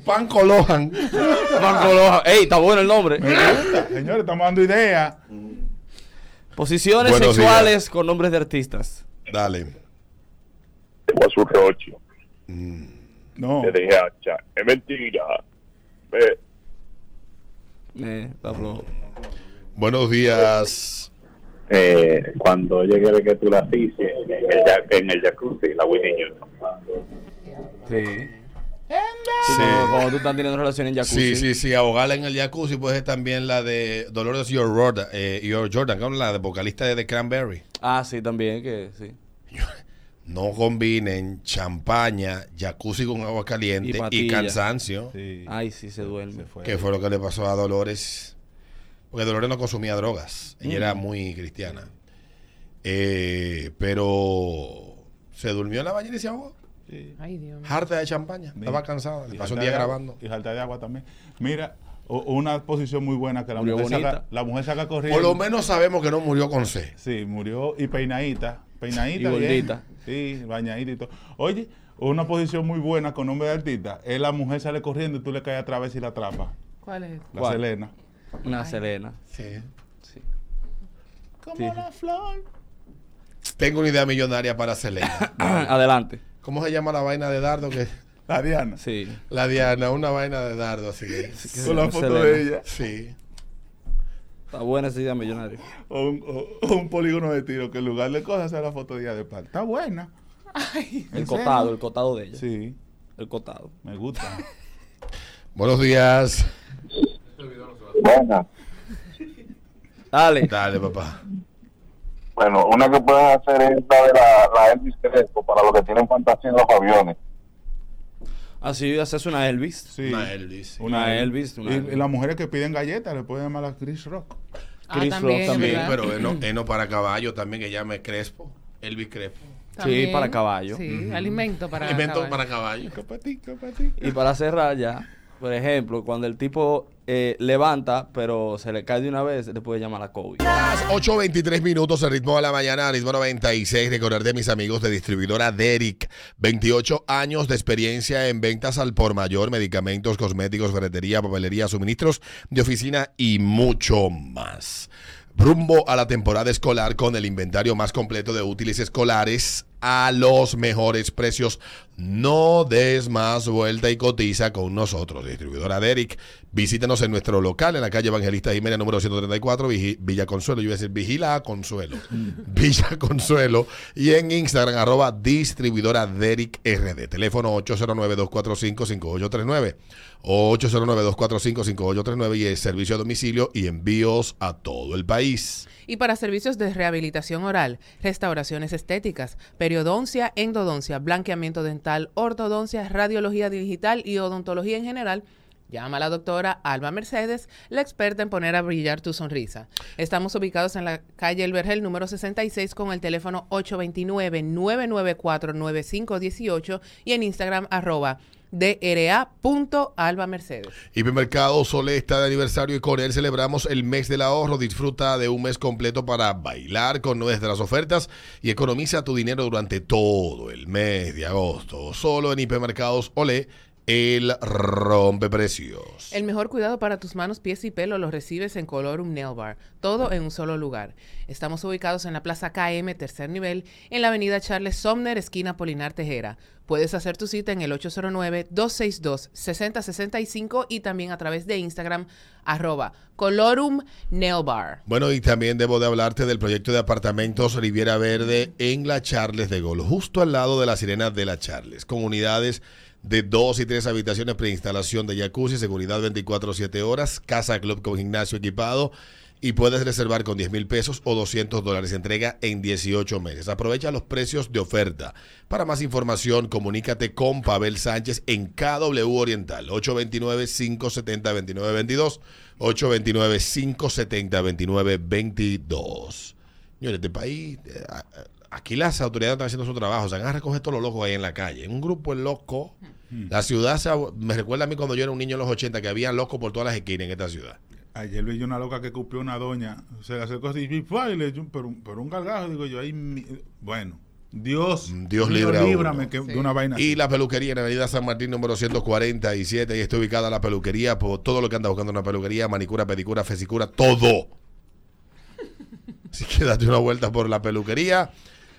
S1: Panco Lohan.
S2: Banco Loja. Ey, está bueno el nombre.
S7: Me gusta. Señores, estamos dando ideas.
S2: Posiciones
S1: Buenos
S2: sexuales con nombres de artistas.
S1: Dale.
S5: Guasurrocho,
S7: No.
S5: dije hacha, es mentira. Ve,
S2: Eh, está flojo.
S1: Buenos días.
S5: eh, cuando llegue de que tú la dices en el, ya- en el jacuzzi, la Winnie Houston.
S2: Sí.
S1: Sí.
S2: Cuando, cuando tú estás teniendo relaciones en
S1: Sí,
S2: jacuzzi.
S1: sí, sí, ahogarla en el jacuzzi puede ser también la de Dolores Your, Roda- eh, Your Jordan, ¿cómo la de vocalista de The Cranberry.
S2: Ah, sí, también, que sí.
S1: No combinen champaña, jacuzzi con agua caliente
S2: Y
S1: y,
S2: patilla.
S1: cansancio,
S7: Sí.
S2: Ay, sí, se duerme.
S7: fue.
S1: que fue lo que le pasó a Dolores, porque Dolores no consumía drogas, ella
S7: Mm.
S1: era muy cristiana. Eh, pero se durmió en la bañera y se ahogó,
S7: Sí.
S3: Ay, Dios mío.
S1: harta de champaña, estaba cansada, le
S7: Y
S1: pasó
S7: jalta
S1: un
S7: de
S1: día
S7: agua-
S1: grabando.
S7: Y jalta de agua también. Mira, o- una posición muy buena que la
S2: Murió
S7: mujer saca,
S2: bonita.
S7: la mujer saca corriendo.
S1: Por lo menos sabemos que no murió con sed.
S7: Sí, murió y peinadita. Peinadita.
S2: Y
S7: bien.
S2: gordita.
S7: Sí, bañadita y todo. Oye, una posición muy buena con nombre de artista es la mujer sale corriendo y tú le caes a través y la atrapas.
S3: ¿Cuál es?
S7: La
S2: ¿Cuál?
S7: Selena.
S2: Una Selena. [CLEARS THROAT] Sí. Sí.
S1: Tengo una idea millonaria para Selena.
S2: [LAUGHS] Adelante.
S1: ¿Cómo se llama la vaina de dardo que
S7: La Diana.
S2: Sí.
S1: la Diana, una vaina de dardo así?
S7: Con la foto
S2: Selena.
S7: de ella.
S1: Sí.
S2: Está buena esa idea millonaria.
S7: O un, o- o un polígono de tiro que en lugar de cosas sea la foto de ella de pan. Está buena.
S2: El
S7: ¿En
S2: cotado,
S7: serio?
S2: el cotado de ella.
S7: Sí,
S2: El cotado.
S7: me gusta.
S1: Buenos días.
S5: Buena.
S2: Dale.
S1: Dale, papá.
S5: Bueno, una que pueden hacer es la de la, la Elvis Crespo para los que tienen fantasía en los aviones.
S2: Así haces una Elvis.
S7: Sí.
S1: Una Elvis.
S2: Una Elvis, una
S7: y,
S2: Elvis.
S7: y las mujeres que piden galletas le pueden llamar a Chris Rock.
S3: Ah,
S2: Chris
S3: también,
S2: Rock
S3: es
S2: también,
S1: Sí,
S3: verdad.
S1: pero eno, eno para caballo también que llame Crespo. Elvis Crespo.
S3: También.
S2: para caballo.
S3: Sí, alimento para
S1: Invento
S3: caballo.
S1: para caballo.
S7: Copatica, copatica.
S2: Y para cerrar ya, por ejemplo, cuando el tipo eh, levanta, pero se le cae de una vez, le puede llamar a Kobe.
S1: 8.23 minutos, el ritmo de la mañana, ritmo 96. Recordarte, mis amigos de distribuidora Derrick. 28 años de experiencia en ventas al por mayor, medicamentos, cosméticos, ferretería, papelería, suministros de oficina y mucho más. Rumbo a la temporada escolar con el inventario más completo de útiles escolares a los mejores precios. No des más vuelta y cotiza con nosotros. Distribuidora Derrick, visítanos en nuestro local en la calle Evangelista Jiménez número 134, Vigi- Villa Consuelo. Yo iba a decir Vigila a Consuelo. Villa Consuelo. Y en Instagram, arroba distribuidora Derrick RD. Teléfono 809-245-5839. 809-245-5839 y el servicio a domicilio y envíos a todo el país.
S3: Y para servicios de rehabilitación oral, restauraciones estéticas, periodoncia, endodoncia, blanqueamiento dental, ortodoncia, radiología digital y odontología en general, llama a la doctora Alba Mercedes, la experta en poner a brillar tu sonrisa. Estamos ubicados en la calle El Vergel número 66 con el teléfono 829-994-9518 y en Instagram arroba DRA.albamercedes.
S1: Hipermercado Sole está de aniversario y con él celebramos el mes del ahorro. Disfruta de un mes completo para bailar con nuestras ofertas y economiza tu dinero durante todo el mes de agosto. Solo en Hipermercados Ole, el rompe precios.
S3: El mejor cuidado para tus manos, pies y pelo lo recibes en Colorum Nail Bar, todo en un solo lugar. Estamos ubicados en la Plaza KM, tercer nivel, en la avenida Charles Somner, esquina Polinar Tejera. Puedes hacer tu cita en el 809-262-6065 y también a través de Instagram, arroba Colorum Nail Bar.
S1: Bueno, y también debo de hablarte del proyecto de apartamentos Riviera Verde en la Charles de Gol, justo al lado de la sirena de la Charles, con unidades de dos y tres habitaciones, preinstalación de jacuzzi, seguridad 24-7 horas, casa club con gimnasio equipado y puedes reservar con 10 mil pesos o 200 dólares. Entrega en 18 meses. Aprovecha los precios de oferta. Para más información, comunícate con Pavel Sánchez en KW Oriental, 829-570-2922. 829-570-2922. Señores, este país, eh, a- a- aquí las autoridades están haciendo su trabajo. Se van a recoger todos los locos ahí en la calle. En un grupo de locos. La ciudad se ha vu- me recuerda a mí cuando yo era un niño en los 80 que había locos por todas las esquinas en esta ciudad.
S7: Ayer vi yo una loca que cupió una doña, se le acercó así, y ¡fua! y le echó un- pero, un- pero un gargajo, digo yo, ahí, mi- bueno, Dios,
S1: Dios libre a uno.
S7: líbrame que- de una vaina
S1: Y la peluquería en la Avenida San Martín número 147. Y está ubicada la peluquería por todo lo que anda buscando en una peluquería, manicura, pedicura, fesicura, todo. [LAUGHS] Así que date una vuelta por la peluquería.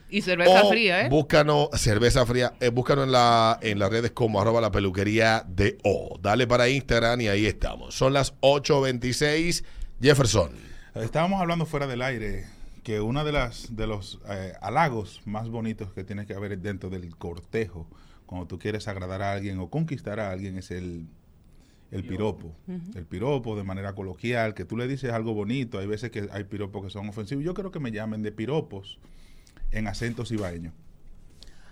S3: Y cerveza
S1: o
S3: fría, ¿eh?
S1: Búscanos, cerveza fría. eh, búscanos en, la, en las redes como arroba la peluquería de O. Dale para Instagram y ahí estamos. Son las 8.26. Jefferson.
S7: Estábamos hablando fuera del aire que uno de, las, de los eh, halagos más bonitos que tiene que haber dentro del cortejo, cuando tú quieres agradar a alguien o conquistar a alguien, es el, el piropo. El piropo de manera coloquial, que tú le dices algo bonito. Hay veces que hay piropos que son ofensivos. Yo creo que me llamen de piropos en acentos ibaeños.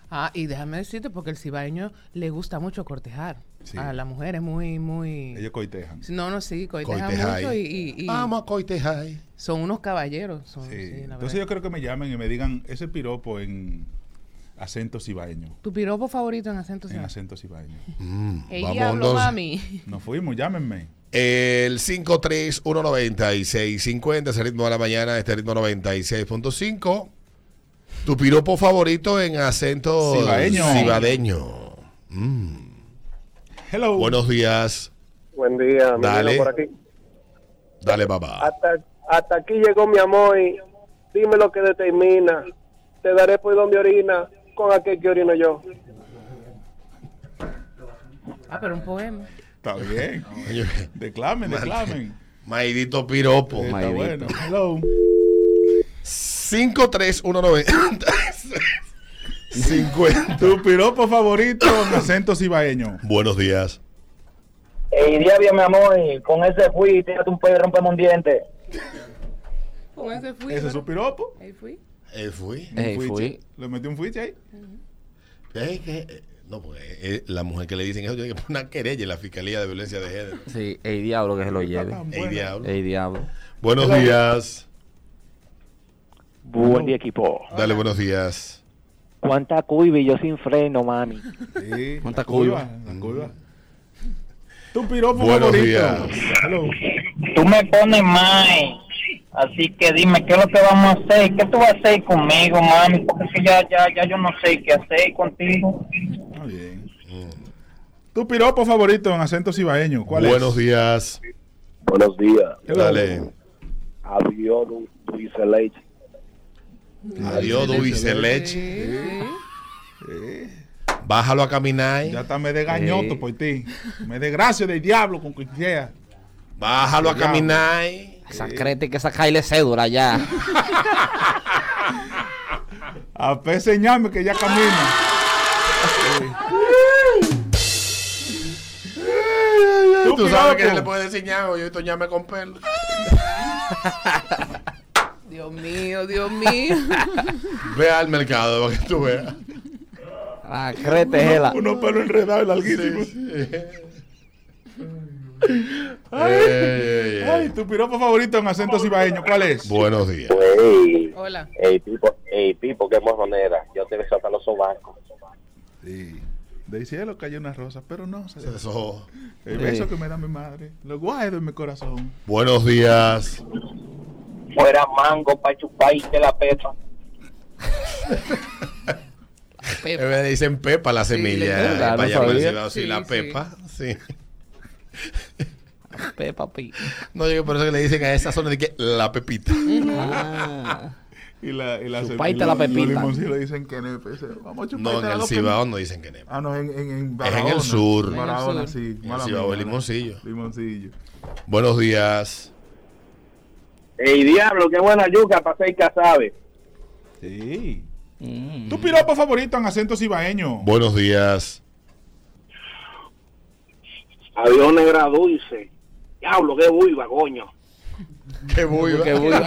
S3: Ah, y déjame decirte, porque el cibaeño le gusta mucho cortejar.
S7: Sí.
S3: A la mujer es muy, muy...
S7: Ellos coitejan.
S3: No, no, sí, corteja
S1: Coitejar.
S3: mucho y, y- y
S1: a coitejar.
S3: son unos caballeros. Son,
S7: Sí.
S3: sí, la verdad.
S7: Entonces yo creo que me llamen y me digan ese piropo en acentos ibaeños.
S3: Tu piropo favorito en acento
S7: En
S3: ciudadano.
S7: acentos ibaeños.
S1: Mm,
S3: El
S1: vamos
S3: diablo,
S1: entonces.
S3: mami.
S7: Nos fuimos, llámenme.
S1: El 5319650, ese ritmo de la mañana, este ritmo 96.5. Tu piropo favorito en acento
S7: Cibaeño.
S1: cibadeño. Mm.
S7: Hello.
S1: Buenos días.
S5: Buen día, mi
S1: Dale.
S5: amigo por aquí.
S1: Dale, papá.
S5: Hasta, hasta aquí llegó mi amor y dime lo que determina. Te daré por donde orina, con aquel que orino yo.
S3: Ah, pero un poema.
S7: Está bien. Ah. Declamen, declamen.
S1: [LAUGHS] Maidito piropo.
S7: Está
S2: Maidito.
S7: bueno. Hello.
S1: 5319650.
S7: Tu piropo favorito, [LAUGHS] acento cibaeño.
S1: Buenos días.
S4: Ey, diablo, E mi amor, y con ese fui, tírate un pedo y rompeme un diente.
S3: Con ese fui.
S7: Ese es su piropo.
S3: Ahí fui.
S1: Eh, fui.
S7: Un
S2: Ey,
S7: fuiche.
S2: fui.
S7: Le metí un fuiche ahí.
S1: Eh, que, eh, no, pues eh, la mujer que le dicen eso tiene que poner una querella en la Fiscalía de Violencia de Género.
S2: Sí, ey, diablo que se lo lleve.
S7: tan
S1: Ey,
S7: bueno.
S1: diablo.
S2: Ey, diablo.
S1: Buenos días.
S4: Buen día, equipo.
S1: Dale, buenos días.
S4: ¿Cuánta cuivi yo sin freno, mami?
S7: Sí,
S2: ¿Cuánta
S7: la curva,
S1: Mm.
S7: La curva. Tu piropo
S1: Buenos
S7: favorito.
S1: días.
S7: Hello.
S4: Tú me pones mal. Así que dime, ¿qué es lo que vamos a hacer? ¿Qué tú vas a hacer conmigo, mami? Porque es que ya, ya, ya yo no sé qué hacer contigo.
S7: Está bien. Mm. Tu piropo favorito en acento cibaeño. ¿Cuál
S1: Buenos
S7: es?
S1: días.
S5: Buenos días,
S7: Hello.
S1: Dale.
S5: avión, dulce leche.
S1: Adiós, dulce leche.
S3: Sí, sí.
S1: Bájalo a caminar.
S7: Ya está, me de gañoto
S2: Sí.
S7: por ti. Me desgracio del diablo con quien sea.
S1: Bájalo a
S7: Ya.
S1: caminar.
S2: Esa crete hay que sacarle cédula ya.
S7: A pe señame que ya camina.
S1: Tú,
S7: Estúpido,
S1: sabes que
S7: loco.
S1: se le puede decir ñango. Yo esto ñame con pelo.
S3: Dios mío, Dios mío.
S1: Ve al mercado para que tú veas.
S2: La crete es la.
S7: Uno pelo enredado y pues- larguísimo.
S1: Ey, ey, ey.
S7: Ay, tu piropo favorito en acento cibaeño, ¿cuál es?
S1: Buenos días.
S5: Ey,
S3: [LAUGHS] Hola.
S5: ey, tipo, ey, tipo, qué mojonera. Yo te beso hasta los sobacos.
S7: Sí. Del cielo cayó una rosa, pero no. se dejó.
S1: Eso.
S7: El
S2: Sí.
S7: beso que me da mi madre, lo guardo en mi corazón.
S1: Buenos días.
S5: Fuera mango pa' chupar y te la pepa.
S1: Eh,
S3: Pepe.
S1: me dicen Pepa la semilla.
S2: Eh, le-
S1: eh,
S2: claro,
S1: para
S2: no
S1: llamar
S2: sabía.
S1: el ciudad, sí,
S3: Sí,
S1: la
S3: sí.
S1: Pepa. Sí.
S2: Pepa, papi.
S1: No, yo por eso que le dicen a esa zona de que la Pepita.
S2: [LAUGHS] Ah.
S7: Y la, y la,
S2: Su
S7: y
S2: paita
S7: lo-
S2: la pepita.
S7: Los limoncillos dicen que nepe. dice, Vamos a chupar este
S1: No, en el Cibao no dicen que no.
S7: Ah, no, en, en, en
S1: Es en el
S7: Barahona.
S1: sur. En el
S7: Barahona,
S3: sur.
S7: sí.
S1: el
S7: mala
S1: Cibao,
S7: mía,
S1: el
S7: ¿no?
S1: limoncillo.
S7: Limoncillo.
S1: Buenos días.
S5: Ey, diablo, qué buena yuca para seis casabe.
S7: Sí.
S2: Mm.
S7: Tu piropo favorito en acento cibaeño.
S1: Buenos días.
S5: Había un negra dulce. Diablo, qué buiva, coño.
S1: Qué buiva.
S2: Qué bulla.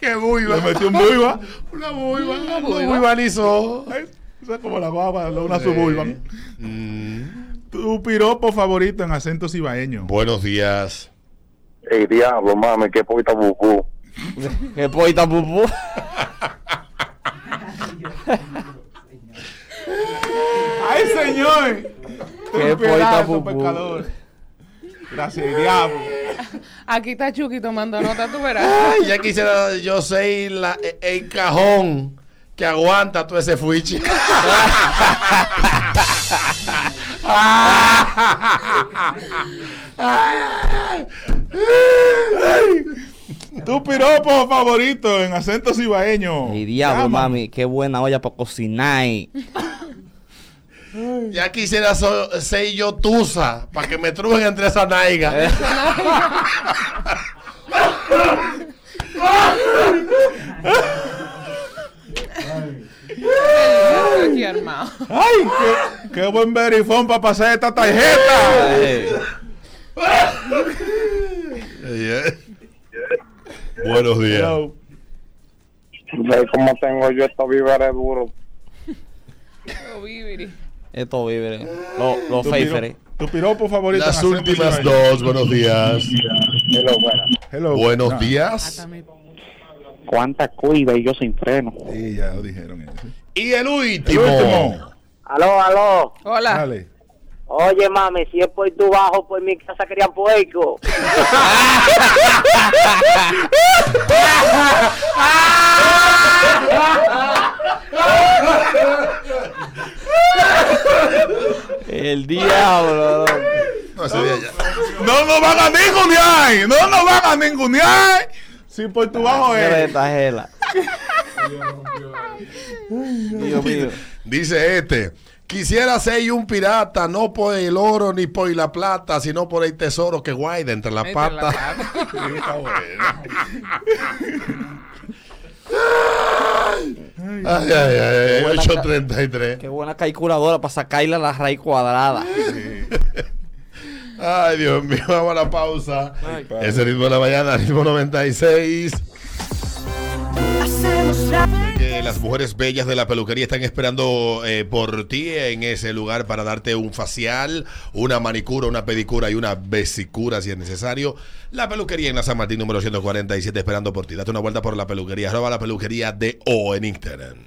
S1: Qué buiva.
S7: Le metió un buiva.
S1: [LAUGHS] Una buiva.
S2: Mm,
S1: Una buiva liso.
S7: Ay, Eso es como la guapa, lo- una
S1: Sí.
S7: suburban.
S2: Mm.
S7: Tu piropo favorito en acento cibaeño.
S1: [LAUGHS] Buenos días.
S5: Ey, diablo, mami, qué poeta bucú.
S2: Qué poita pupú.
S7: ¡Ay, señor!
S2: Qué
S7: Ten piedad de
S2: poeta
S7: estos
S2: bubú.
S7: pecadores. Gracias, diablo.
S3: Aquí está Chucky tomando nota, tú verás.
S1: Ay, ya quisiera yo ser la- e- el cajón que aguanta todo ese [LAUGHS] fuichi.
S7: Tu piropo favorito en acento cibaeño.
S2: Mi diablo,
S7: Llama.
S2: mami. Qué buena olla para cocinar.
S1: Ya quisiera so- ser yo tusa para que me trujen entre esa naiga.
S3: Chucky armado.
S7: ¡Ay! Qué, qué buen verifón para pasar esta tarjeta!
S2: Ay.
S3: Eh.
S1: [LAUGHS] Buenos días.
S7: Yo,
S5: Ve cómo tengo yo estos víveres duros.
S3: Oh, bibiri.
S2: Estos víveres. Los eh. lo eh.
S7: tu, piro-
S2: féferes.
S7: tu piropo favorito.
S1: Las
S7: en acento
S1: últimas
S7: cibaeño.
S1: dos, buenos días.
S5: Pero bueno,
S7: Hello.
S1: Buenos
S7: Ah,
S1: días.
S5: cuánta cuida y yo sin freno.
S7: Sí, ya lo dijeron. eso.
S1: Y el
S7: El
S1: último.
S7: último.
S4: Aló, aló.
S3: Hola.
S7: Dale.
S4: Oye, mami, si es por tu bajo, por mi casa querían puerco.
S2: El diablo. loco.
S1: No, ese día ya.
S7: No nos van a ningunear. No nos van a ningunear. Si por tu bajo
S2: Mira
S7: es.
S2: esta gela. Dios mío.
S1: Dice este. Quisiera ser un pirata, no por el oro ni por la plata, sino por el tesoro que guarda entre las
S3: Entre
S1: patas.
S3: la pata.
S1: [LAUGHS] Ay, ay, ay, ay,
S2: buena
S1: 833.
S2: Qué buena calculadora para sacarle la raíz cuadrada.
S1: Ay, Dios mío, vamos a la pausa. Ese ritmo de la mañana, ritmo 96. Que las mujeres bellas de la peluquería están esperando eh, por ti en ese lugar para darte un facial, una manicura, una pedicura y una vesicura si es necesario. La peluquería en la San Martín número 147 esperando por ti. Date una vuelta por la peluquería. Arroba la peluquería de O en Instagram.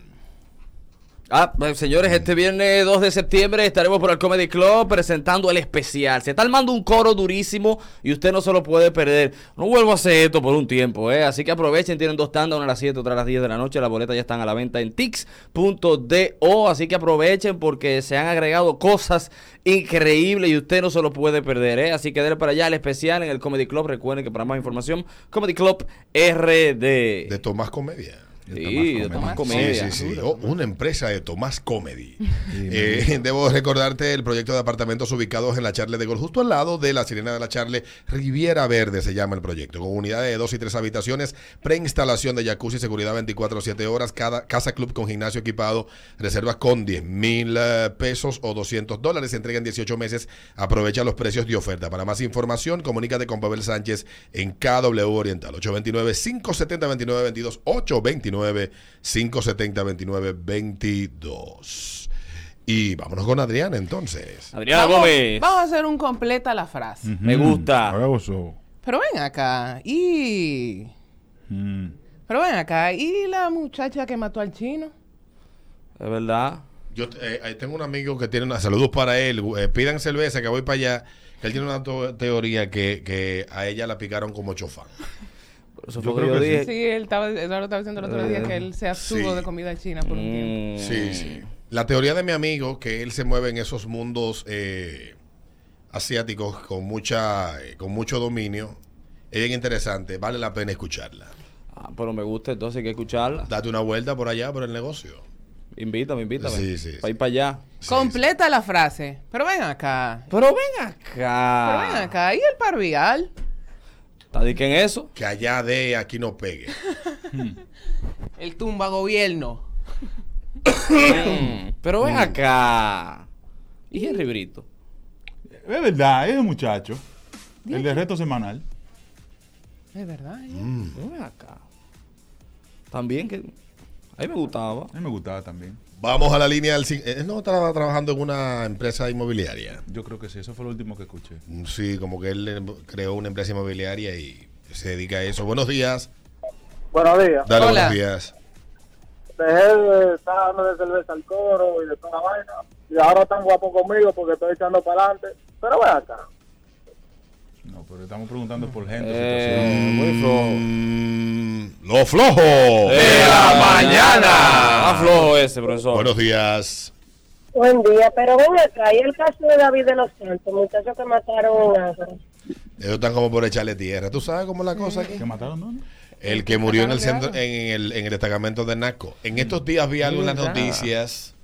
S2: Ah, pues, señores, este viernes 2 de septiembre estaremos por el Comedy Club presentando el especial. Se está armando un coro durísimo y usted no se lo puede perder. No vuelvo a hacer esto por un tiempo, ¿eh? Así que aprovechen, tienen dos tandas, una a las 7, otra a las 10 de la noche. Las boletas ya están a la venta en tix.do, así que aprovechen porque se han agregado cosas increíbles y usted no se lo puede perder, ¿eh? Así que denle para allá el especial en el Comedy Club. Recuerden que para más información, Comedy Club RD.
S1: De Tomás Comedia.
S2: Sí, de Tomás
S1: Sí,
S2: Comedia.
S1: sí, sí. Oh, una empresa de Tomás Comedy. Eh, [LAUGHS] debo recordarte el proyecto de apartamentos ubicados en la Charle de Gol, justo al lado de la Sirena de la Charle. Riviera Verde se llama el proyecto, con unidades de dos y tres habitaciones, preinstalación de jacuzzi, seguridad 24-7 horas, cada casa club con gimnasio equipado, reservas con 10 mil eh, pesos o 200 dólares, se entrega en 18 meses. Aprovecha los precios de oferta. Para más información, comunícate con Pavel Sánchez en KW Oriental, 829-570-2922, 829-570-2922. Y vámonos con Adriana entonces.
S2: Adriana
S3: vamos,
S2: Gómez.
S3: vamos a hacer un completa la frase.
S7: Mm.
S2: Me
S7: Mm-hmm.
S2: gusta.
S7: Ahora uso.
S3: Pero ven acá. Y.
S7: Mm.
S3: Pero ven acá. ¿Y la muchacha que mató al chino?
S2: Es verdad.
S1: Yo eh, eh, tengo un amigo que tiene una. Saludos para él. eh, pidan cerveza que voy para allá. Que él tiene una to- teoría que, que a ella la picaron como chofán.
S2: Eso fue
S7: Yo
S2: lo que
S7: creo
S2: yo
S7: que
S2: dije.
S3: Sí, él estaba, Eduardo estaba diciendo el otro
S7: Eh.
S3: día que él se abstuvo
S1: sí.
S3: de comida china por un
S2: Mm.
S3: tiempo.
S1: Sí, sí. La teoría de mi amigo, que él se mueve en esos mundos eh, asiáticos con mucha eh, con mucho dominio, es bien interesante. Vale la pena escucharla.
S2: Ah, pero me gusta, entonces hay que escucharla.
S1: Date una vuelta por allá, por el negocio.
S2: Invítame, invítame.
S1: Sí, sí,
S2: Para
S1: sí.
S2: ir para allá.
S1: Sí,
S3: completa la frase. Pero ven acá.
S2: Pero ven acá.
S3: Pero ven
S1: Ah.
S3: acá. ¿Y el parvial?
S2: ¿Está de qué en eso?
S1: sí. Que allá de aquí no pegue.
S3: El tumba gobierno.
S1: Mm.
S3: [COUGHS]
S2: Pero ven acá. ¿Y Henry Brito?
S7: Es verdad, es un muchacho. El de reto semanal.
S3: Es verdad. ¿eh?
S1: Mm.
S2: Pero ven acá. También que... A mí me gustaba.
S7: A mí me gustaba también.
S1: Vamos a la línea del... cin- Él no estaba trabajando en una empresa inmobiliaria.
S7: Yo creo que sí, eso fue lo último que escuché.
S1: Sí, como que él eh, creó una empresa inmobiliaria y se dedica a eso. Buenos días.
S6: Buenos días.
S1: Dale,
S3: Hola.
S1: buenos días.
S6: Dejé está dando de cerveza al coro y de toda la vaina. Y ahora están guapos conmigo porque estoy echando para adelante. Pero ven acá.
S7: No, pero estamos preguntando por gente.
S2: Eh, muy flojo.
S1: Mm, lo flojo. De
S2: Ah,
S1: ah.
S2: Está flojo ese, profesor.
S1: Buenos días.
S8: Buen día, pero ven acá, y el caso de David de los Santos, muchacho que mataron a Lázaro.
S1: Ellos están como por echarle tierra. ¿Tú sabes cómo es la cosa
S2: Eh.
S1: aquí?
S7: situación. ¿Que mataron dónde?
S1: El que murió en el centro, en el, en el destacamento de Naco. En estos días vi algunas
S3: verdad.
S1: noticias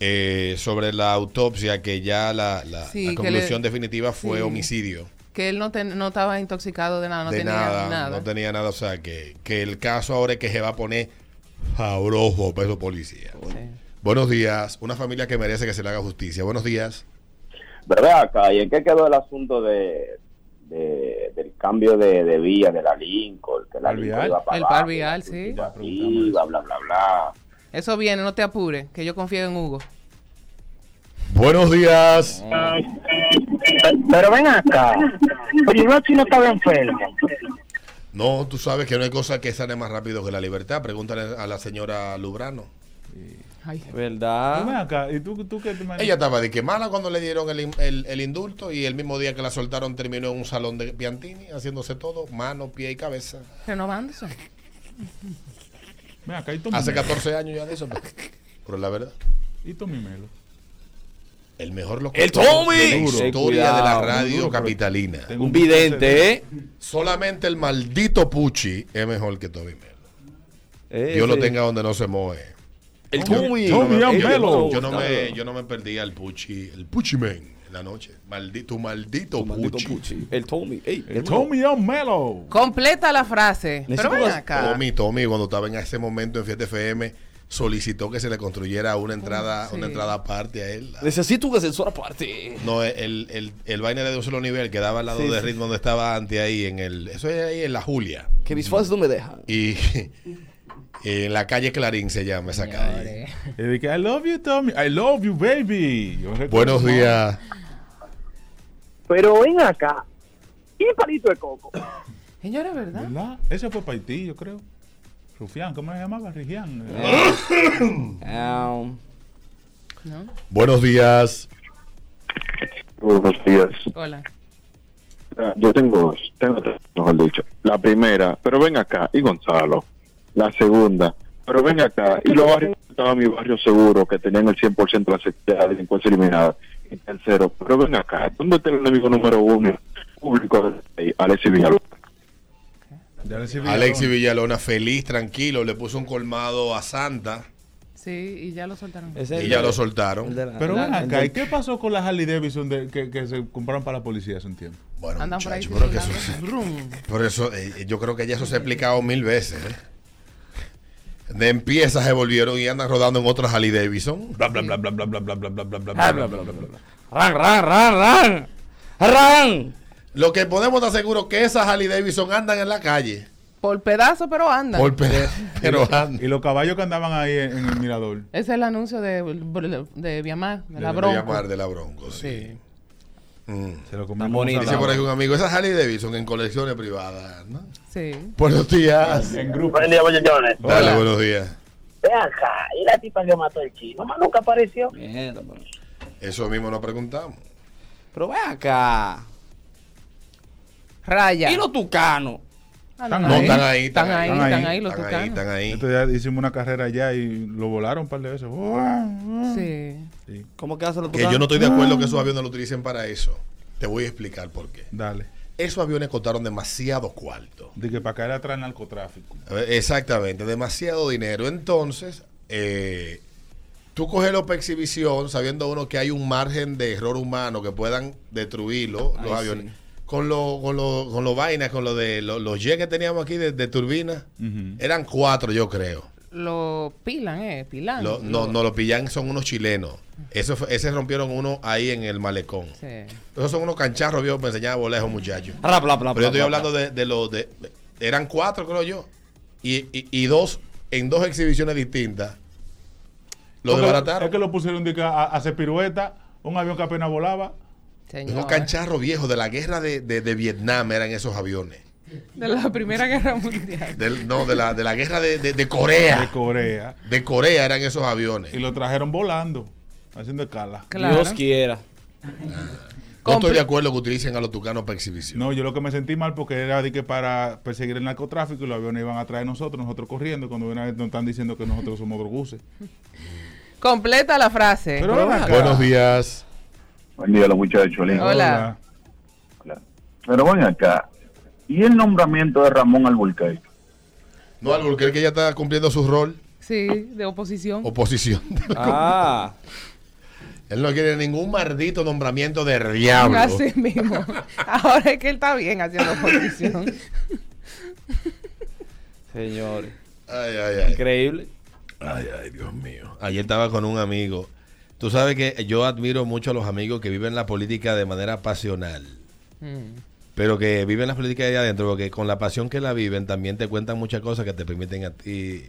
S1: eh, sobre la autopsia que ya la, la-
S3: Sí,
S1: la
S3: que
S1: conclusión
S3: le-
S1: definitiva fue
S3: sí.
S1: homicidio.
S3: Que él no, ten- no estaba intoxicado de nada. No
S1: de
S3: tenía
S1: nada,
S3: nada.
S1: no tenía nada. O sea, que, que el caso ahora es que se va a poner jabrojo, peso policía. Buenos días. Una familia que merece que se le haga justicia. Buenos días.
S5: ¿Verdad acá? ¿Y en qué quedó el asunto de, de- del cambio de, de vía de la Lincoln? Que la
S7: ¿El
S5: Lincoln
S7: vial?
S5: iba para
S3: El
S5: abajo,
S3: par vial, sí.
S7: Ya preguntamos.
S5: arriba, bla, bla, bla.
S3: Eso viene, no te apures, que yo confío en Hugo.
S1: Buenos días.
S6: Pero ven acá. Primero si no estaba enfermo.
S1: No, tú sabes que no hay cosa que sale más rápido que la libertad. Pregúntale a la señora Lubrano.
S3: Ay,
S7: Pero ven
S2: ¿Verdad?
S7: acá, ¿y tú, tú qué te imaginas?
S1: Ella estaba de que mala cuando le dieron el, in- el- el indulto y el mismo día que la soltaron terminó en un salón de Piantini haciéndose todo, mano, pie y cabeza.
S3: renovándose.
S7: Ven acá, ¿y Tommy
S1: Hace
S7: Melo?
S1: 14 años ya de eso. Pero, pero la verdad,
S7: ¿Y Tommy Melo?
S1: el mejor locutor
S2: ¡El Tommy!
S1: de la historia
S2: Duro.
S1: de la
S2: Cuidado,
S1: radio
S7: duro, pero-
S1: capitalina.
S7: Tengo
S2: Un vidente, ¿eh?
S1: Solamente el maldito Pucci es mejor que Tommy Melo.
S2: Eh,
S1: Dios lo
S2: sí.
S1: tenga donde no se moje.
S2: El Tommy.
S1: Yo no me-
S7: Tommy
S1: yo-
S7: Melo.
S1: Yo no me, yo no me perdía el Pucci, el Pucci Man en la noche. Maldito, tu maldito,
S2: Maldito
S1: Pucci.
S2: Pucci. El Tommy. Ey,
S7: El Tommy O. Melo.
S3: Completa la frase. Pero
S2: Necesito
S3: ven
S2: las-
S3: acá.
S1: Tommy, Tommy, cuando estaba en ese momento en Fiesta FM, solicitó que se le construyera una entrada,
S3: sí.
S1: una entrada aparte a él.
S2: Necesito un ascensor aparte.
S1: No, el, el, el vaina era de un solo nivel, quedaba al lado
S2: Sí,
S1: de
S2: sí.
S1: ritmo donde estaba antes ahí, en el, eso es ahí en la Julia.
S2: Que mis fans no me dejan.
S1: Y [LAUGHS] en la calle Clarín se llama esa calle.
S7: Y de que, I love you, Tommy. I love you, baby. Yo recuerdo-
S1: Buenos días.
S6: Pero ven acá. ¿Y palito de coco?
S3: Señora, ¿verdad?
S7: ¿Verdad? Ese fue para Haití, yo creo. Rufián, ¿cómo se llamaba? Rigián.
S2: Um,
S3: ¿No?
S1: Buenos días.
S5: Buenos días.
S3: Hola.
S5: Ah, Yo tengo dos, tengo tres, mejor dicho. La primera, pero ven acá, y Gonzalo. La segunda, pero ven acá, y los barrios que estaba mi barrio seguro, que tenían el 100% de la se- de la delincuencia eliminada. Y tercero, pero ven acá, ¿dónde está el enemigo número uno público del país, Alexis Villalobos?
S7: De Alexis Villalona.
S1: Alexis Villalona, feliz, tranquilo, le puso un colmado a Santa
S3: Sí, y ya lo soltaron.
S1: y ya lo soltaron.
S7: Pero ven acá, ¿y qué pasó con las Harley Davidson de- que, que se compraron para la policía hace un tiempo?
S1: Bueno,
S3: Andan por ahí
S1: muchacho, pero que eso,
S3: circulando. Rum.
S1: [LAUGHS] por eso eh, yo creo que ya eso se ha explicado mil veces. ¿eh? De empieza se volvieron y andan rodando en otras Harley Davidson.
S7: Bla, bla, bla, bla, bla, bla, bla, bla, bla, bla, bla,
S2: Ran,
S7: Ah, bla, bla, bla, bla.
S2: ran, ran, ran. Ran.
S1: Lo que podemos estar seguros es que esas Harley Davidson andan en la calle.
S3: Por pedazo, pero andan.
S1: Por pe- [LAUGHS] pero andan.
S7: Y los caballos que andaban ahí en, en el mirador.
S3: Ese es el anuncio de, de Viamar, de la
S1: De
S3: Bronco.
S1: llamar de la Bronco, sí.
S3: Sí.
S1: Mm.
S7: Se lo
S2: Tan
S7: comimos.
S2: bonito.
S1: Dice por ahí un amigo, esas Harley Davidson en colecciones privadas, ¿no?
S3: Sí.
S1: Buenos días.
S7: En grupo.
S5: Buen día, muchachones.
S1: Dale, buenos días.
S4: Ve acá, y la tipa que mató el chino, más nunca apareció.
S2: Mierda, pero-
S1: Eso mismo nos preguntamos.
S2: Pero ve acá.
S3: Raya.
S2: Y los tucanos.
S3: Ah,
S7: Están-
S1: No, están ahí,
S3: Están ahí,
S7: están
S3: están
S7: ahí,
S3: ahí los
S1: Están ahí,
S3: tucanos.
S1: están ahí.
S7: Entonces ya hicimos una carrera allá y lo volaron un par de veces.
S3: Sí.
S7: Sí,
S2: ¿Cómo que hacen los
S1: Que yo
S2: tucanos?
S1: no estoy de acuerdo que esos aviones lo utilicen para eso. Te voy a explicar por qué.
S7: dale.
S1: Esos aviones costaron demasiado cuarto.
S7: De que para caer atrás en narcotráfico.
S1: A ver, Exactamente, demasiado dinero. Entonces, eh, tú coges para exhibición sabiendo uno que hay un margen de error humano que puedan destruirlo, los
S2: Ay,
S1: aviones.
S2: sí.
S1: Con los con lo, con lo vainas, con lo de lo- los jets que teníamos aquí de, de turbina,
S7: Ujú.
S1: eran cuatro, yo creo.
S3: Lo pilan, ¿eh? Pilan.
S1: Lo- no, no, los pillan son unos chilenos. Eso fue- ese rompieron uno ahí en el malecón.
S3: Sí.
S1: Esos son unos cancharros viejos para enseñar a volar a esos muchachos.
S2: Ra, bla, bla,
S1: Pero yo estoy
S2: Ah, bla, bla,
S1: hablando
S2: bla.
S1: de, de los de, eran cuatro creo yo y, y- y dos en dos exhibiciones distintas lo
S7: Porque
S1: desbarataron
S7: Es que lo pusieron de que a, a hacer pirueta, un avión que apenas volaba.
S1: unos
S3: Señor.
S1: cancharros viejos de la guerra de, de- de Vietnam eran esos aviones
S3: De la Primera Guerra Mundial.
S1: Del- no de la, de la guerra de, de- de Corea
S7: De Corea.
S1: de Corea eran esos aviones
S7: Y lo trajeron volando, haciendo escala.
S3: Claro.
S2: Dios quiera.
S1: no estoy
S3: Compl-
S1: de acuerdo que utilicen a los tucanos para exhibición
S7: No, yo lo que me sentí mal porque era de que para perseguir el narcotráfico y los aviones iban a traer nosotros, nosotros corriendo, cuando ven a- nos están diciendo que nosotros somos droguses.
S3: Completa la frase.
S7: Pero
S3: Pero
S7: ven
S3: va.
S7: acá.
S1: buenos días
S10: Buen día, los muchachos.
S3: Hola.
S10: Lin.
S3: Hola.
S10: Hola. Pero ven acá. ¿Y el nombramiento de Ramón Alburquerque?
S1: no algo que ya está cumpliendo su rol
S3: Sí, de oposición.
S1: oposición [LAUGHS]
S2: Ah.
S1: él no quiere ningún maldito nombramiento de diablo
S3: Así mismo. [LAUGHS] Ahora es que él está bien
S1: [LAUGHS]
S3: haciendo oposición.
S2: Señores.
S1: Ay, ay, ay.
S2: Increíble.
S1: Ay, ay, Dios mío. Ayer estaba con un amigo. Tú sabes que yo admiro mucho a los amigos que viven la política de manera pasional,
S3: Mm.
S1: pero que viven la política de adentro, porque con la pasión que la viven también te cuentan muchas cosas que te permiten a ti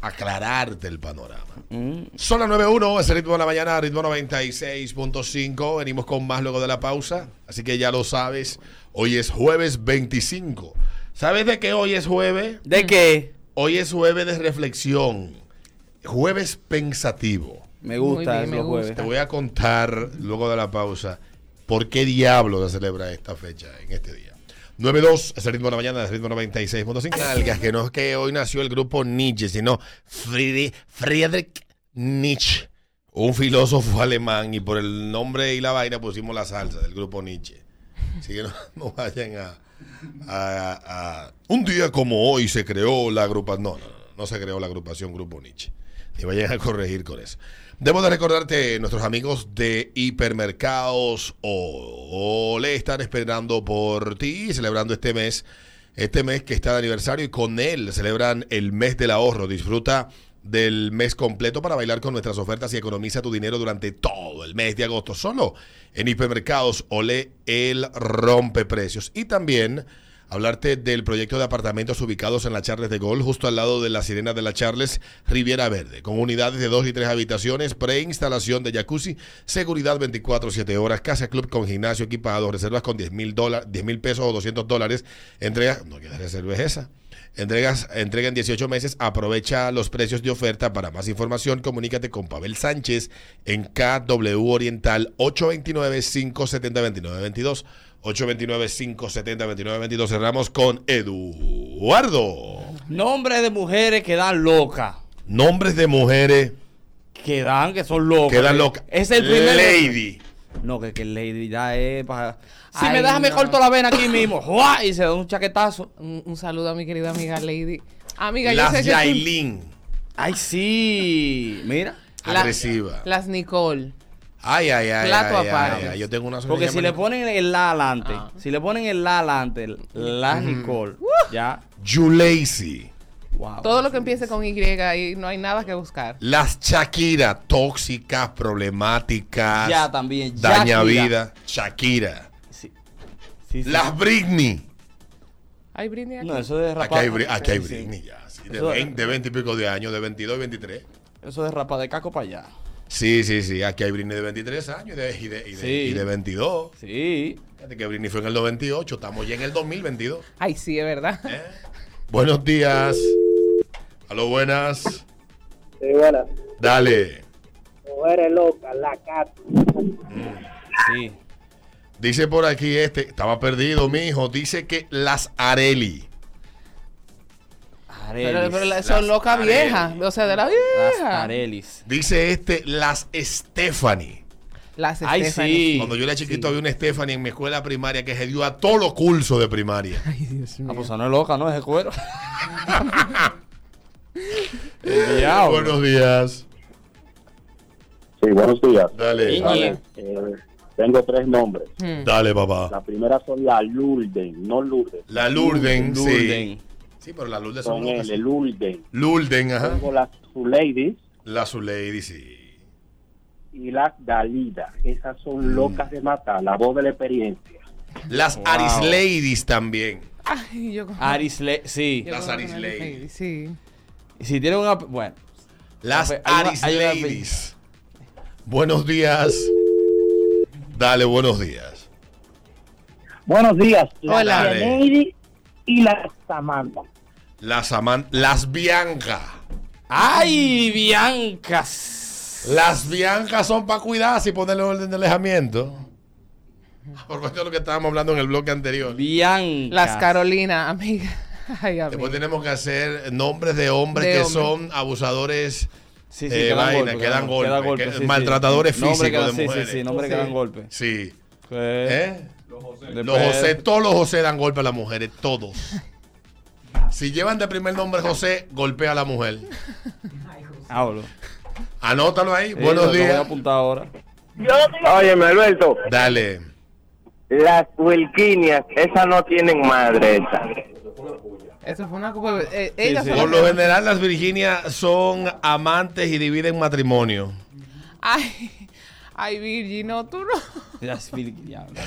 S1: aclararte el panorama.
S2: Mm.
S1: Son las 9.1, es el ritmo de la mañana, ritmo 96.5. Venimos con más luego de la pausa, así que ya lo sabes. Hoy es jueves 25. ¿Sabes de qué hoy es jueves?
S2: ¿De qué?
S1: Hoy es jueves de reflexión, jueves pensativo.
S2: Me gusta
S3: Muy bien,
S2: eso
S3: me
S2: los jueves.
S1: Te voy a contar luego de la pausa por qué diablo se celebra esta fecha en este día. 9-2, es el ritmo de la mañana, es el ritmo 96.5. Nalgas, que no es que hoy nació el grupo Nietzsche, sino Friedrich, Friedrich Nietzsche, un filósofo alemán, y por el nombre y la vaina pusimos la salsa del grupo Nietzsche. Así que no, [LAUGHS] no vayan a, a- a- Un día como hoy se creó la agrupación. No, no, no, no se creó la agrupación Grupo Nietzsche. Ni vayan a corregir con eso. Debo de recordarte, nuestros amigos de hipermercados o le están esperando por ti, celebrando este mes. Este mes que está de aniversario y con él celebran el mes del ahorro. Disfruta del mes completo para bailar con nuestras ofertas y economiza tu dinero durante todo el mes de agosto. Solo en hipermercados Ole el rompe precios. Y también hablarte del proyecto de apartamentos ubicados en la Charles de Gol, justo al lado de la Sirena de la Charles, Riviera Verde, con unidades de dos y tres habitaciones, preinstalación de jacuzzi, seguridad 24-7 horas, casa club con gimnasio equipado, reservas con 10 mil dólares, 10 mil pesos o 200 dólares, entregas, no queda reserva es esa. Entregas, entrega en 18 meses, aprovecha los precios de oferta. Para más información, comunícate con Pavel Sánchez en KW Oriental 829-570-2922. 829-570-2922. Cerramos con Eduardo.
S2: Nombres de mujeres que dan locas.
S1: Nombres de mujeres
S2: Que dan, que son locas.
S1: que dan loca.
S2: Es el primer.
S1: Lady.
S2: No, que, que Lady ya es para. Si
S3: Ay,
S2: me deja, me
S3: no.
S2: corto la vena aquí [LAUGHS] mismo. ¡Jua! Y se da un chaquetazo.
S3: Un, un saludo a mi querida amiga Lady. Amiga, yo sé
S1: Las
S3: que tú-
S1: Yailin.
S2: ¡Ay, sí! Mira.
S3: La-
S1: Agresiva.
S3: Las Nicole.
S1: Ay, ay, ay.
S3: Plato
S1: ay, ay,
S3: aparte.
S1: ay, Yo tengo una sobrina
S2: Porque si le
S1: llamada
S2: ponen el la adelante, si le ponen el la adelante,
S1: Mm.
S2: la Nicole, ya.
S1: Juleisi.
S2: Wow.
S3: Todo lo que empiece con Y y no hay nada que buscar.
S1: Las Shakira, tóxicas, problemáticas.
S2: Ya también. ya
S1: Daña
S2: gira.
S1: vida. Shakira.
S2: Sí. Sí, sí.
S1: Las Britney.
S3: Hay brindis aquí.
S2: No, eso de
S1: Aquí
S2: rapaz.
S1: hay, Bri- aquí hay
S2: Sí, sí.
S1: Britney ya. sí, de,
S2: Eso-
S1: 20, 20 y pico de años, de 22, 23.
S2: Eso de rapa de caco para allá.
S1: Sí, sí, sí. Aquí hay Britney de 23 años y de, y de, y de-
S2: Sí.
S1: y de 22.
S2: Sí.
S1: Fíjate que Britney fue en el 98. Estamos ya en el 2022.
S3: Ay, sí,
S2: [LAUGHS]
S3: es verdad. [LAUGHS]
S1: ¿eh? Buenos días. Aló, buenas.
S4: Sí, bueno,
S1: Dale.
S4: mujeres locas, la cata.
S2: Sí.
S1: Dice por aquí este, estaba perdido, mi hijo. Dice que las Areli.
S2: Arelis.
S3: Pero, pero la- son locas
S1: Las
S3: viejas.
S1: Arelis.
S3: O sea, de la
S2: Las
S3: vieja.
S2: Arelis.
S1: Dice este, las Stephanie.
S3: Las
S2: Ay,
S3: Stephanie.
S2: sí.
S1: Cuando yo era chiquito había una Stephanie en mi escuela primaria que se dio a todos los cursos de primaria.
S2: Ah, pues no es loca, ¿no? Es de cuero. [LAUGHS] El diablo.
S1: Buenos días.
S10: Sí, buenos días.
S1: Dale.
S2: Hola.
S10: Eh, tengo tres nombres.
S3: Mm.
S1: Dale, papá.
S10: La primera son la Lulden, no Lourdes.
S1: La Lurden, sí.
S2: Lourden.
S1: Sí, pero la Lurden son
S10: Con L,
S1: locas.
S10: Lulden.
S1: Lurden, ajá.
S10: Tengo las Ladies
S1: La Zulady, sí.
S10: y las Dalida. Esas
S5: Mm.
S10: son locas de matar, la voz de la experiencia.
S1: Las
S2: Wow.
S1: Aris Ladies también.
S3: Ay, yo con-
S2: Arisle. Sí.
S3: yo
S1: las
S3: con-
S1: Aris Lady.
S3: Sí.
S2: Y Si tiene una. Bueno.
S1: Las
S2: Hay una-
S1: Aris
S2: hay una
S1: Ladies. Buenos días. Dale, buenos días.
S4: Buenos días.
S1: Hola.
S4: La Lady y la Samantha.
S1: Las aman, las Bianca.
S2: ¡Ay, Biancas!
S1: Las Biancas son para cuidarse y ponerle orden de alejamiento. Por cuestión de lo que estábamos hablando en el bloque anterior.
S2: Biancas.
S3: Las Carolina, amiga. [LAUGHS] Ay, amiga.
S1: Después tenemos que hacer nombres de hombres
S3: De
S1: que
S3: hombre.
S1: son abusadores,
S2: Sí,
S1: eh, vaina, que dan
S2: queda
S1: golpe, que- maltratadores
S2: Nombre que
S1: físicos
S2: dan-
S1: de
S2: sí, Sí, sí,
S1: mujeres.
S2: nombre que
S3: Sí.
S2: dan golpes. Pues,
S1: sí.
S2: Sí.
S1: ¿Eh?
S2: Después-
S1: Los José, todos los José dan golpe a las mujeres,
S2: [LAUGHS]
S1: todos. Si llevan de primer nombre José, golpea a la mujer.
S2: Hablo.
S1: Anótalo ahí.
S2: Sí,
S1: [LAUGHS]
S2: lo-
S1: Buenos
S2: Ah, Eh, lo voy a
S1: días.
S2: apuntar ahora.
S5: Óyeme, Alberto,
S1: Dale.
S5: las Wilkinias, esas no tienen madre, esas.
S3: Eso fue una. culpa- eh, ellas
S2: sí.
S3: son
S1: Por
S3: las-
S1: lo general, las Virginias son amantes y dividen matrimonio.
S3: Ay, ay, Virgin, no, tú no. [LAUGHS]
S2: Las Vil- diablo.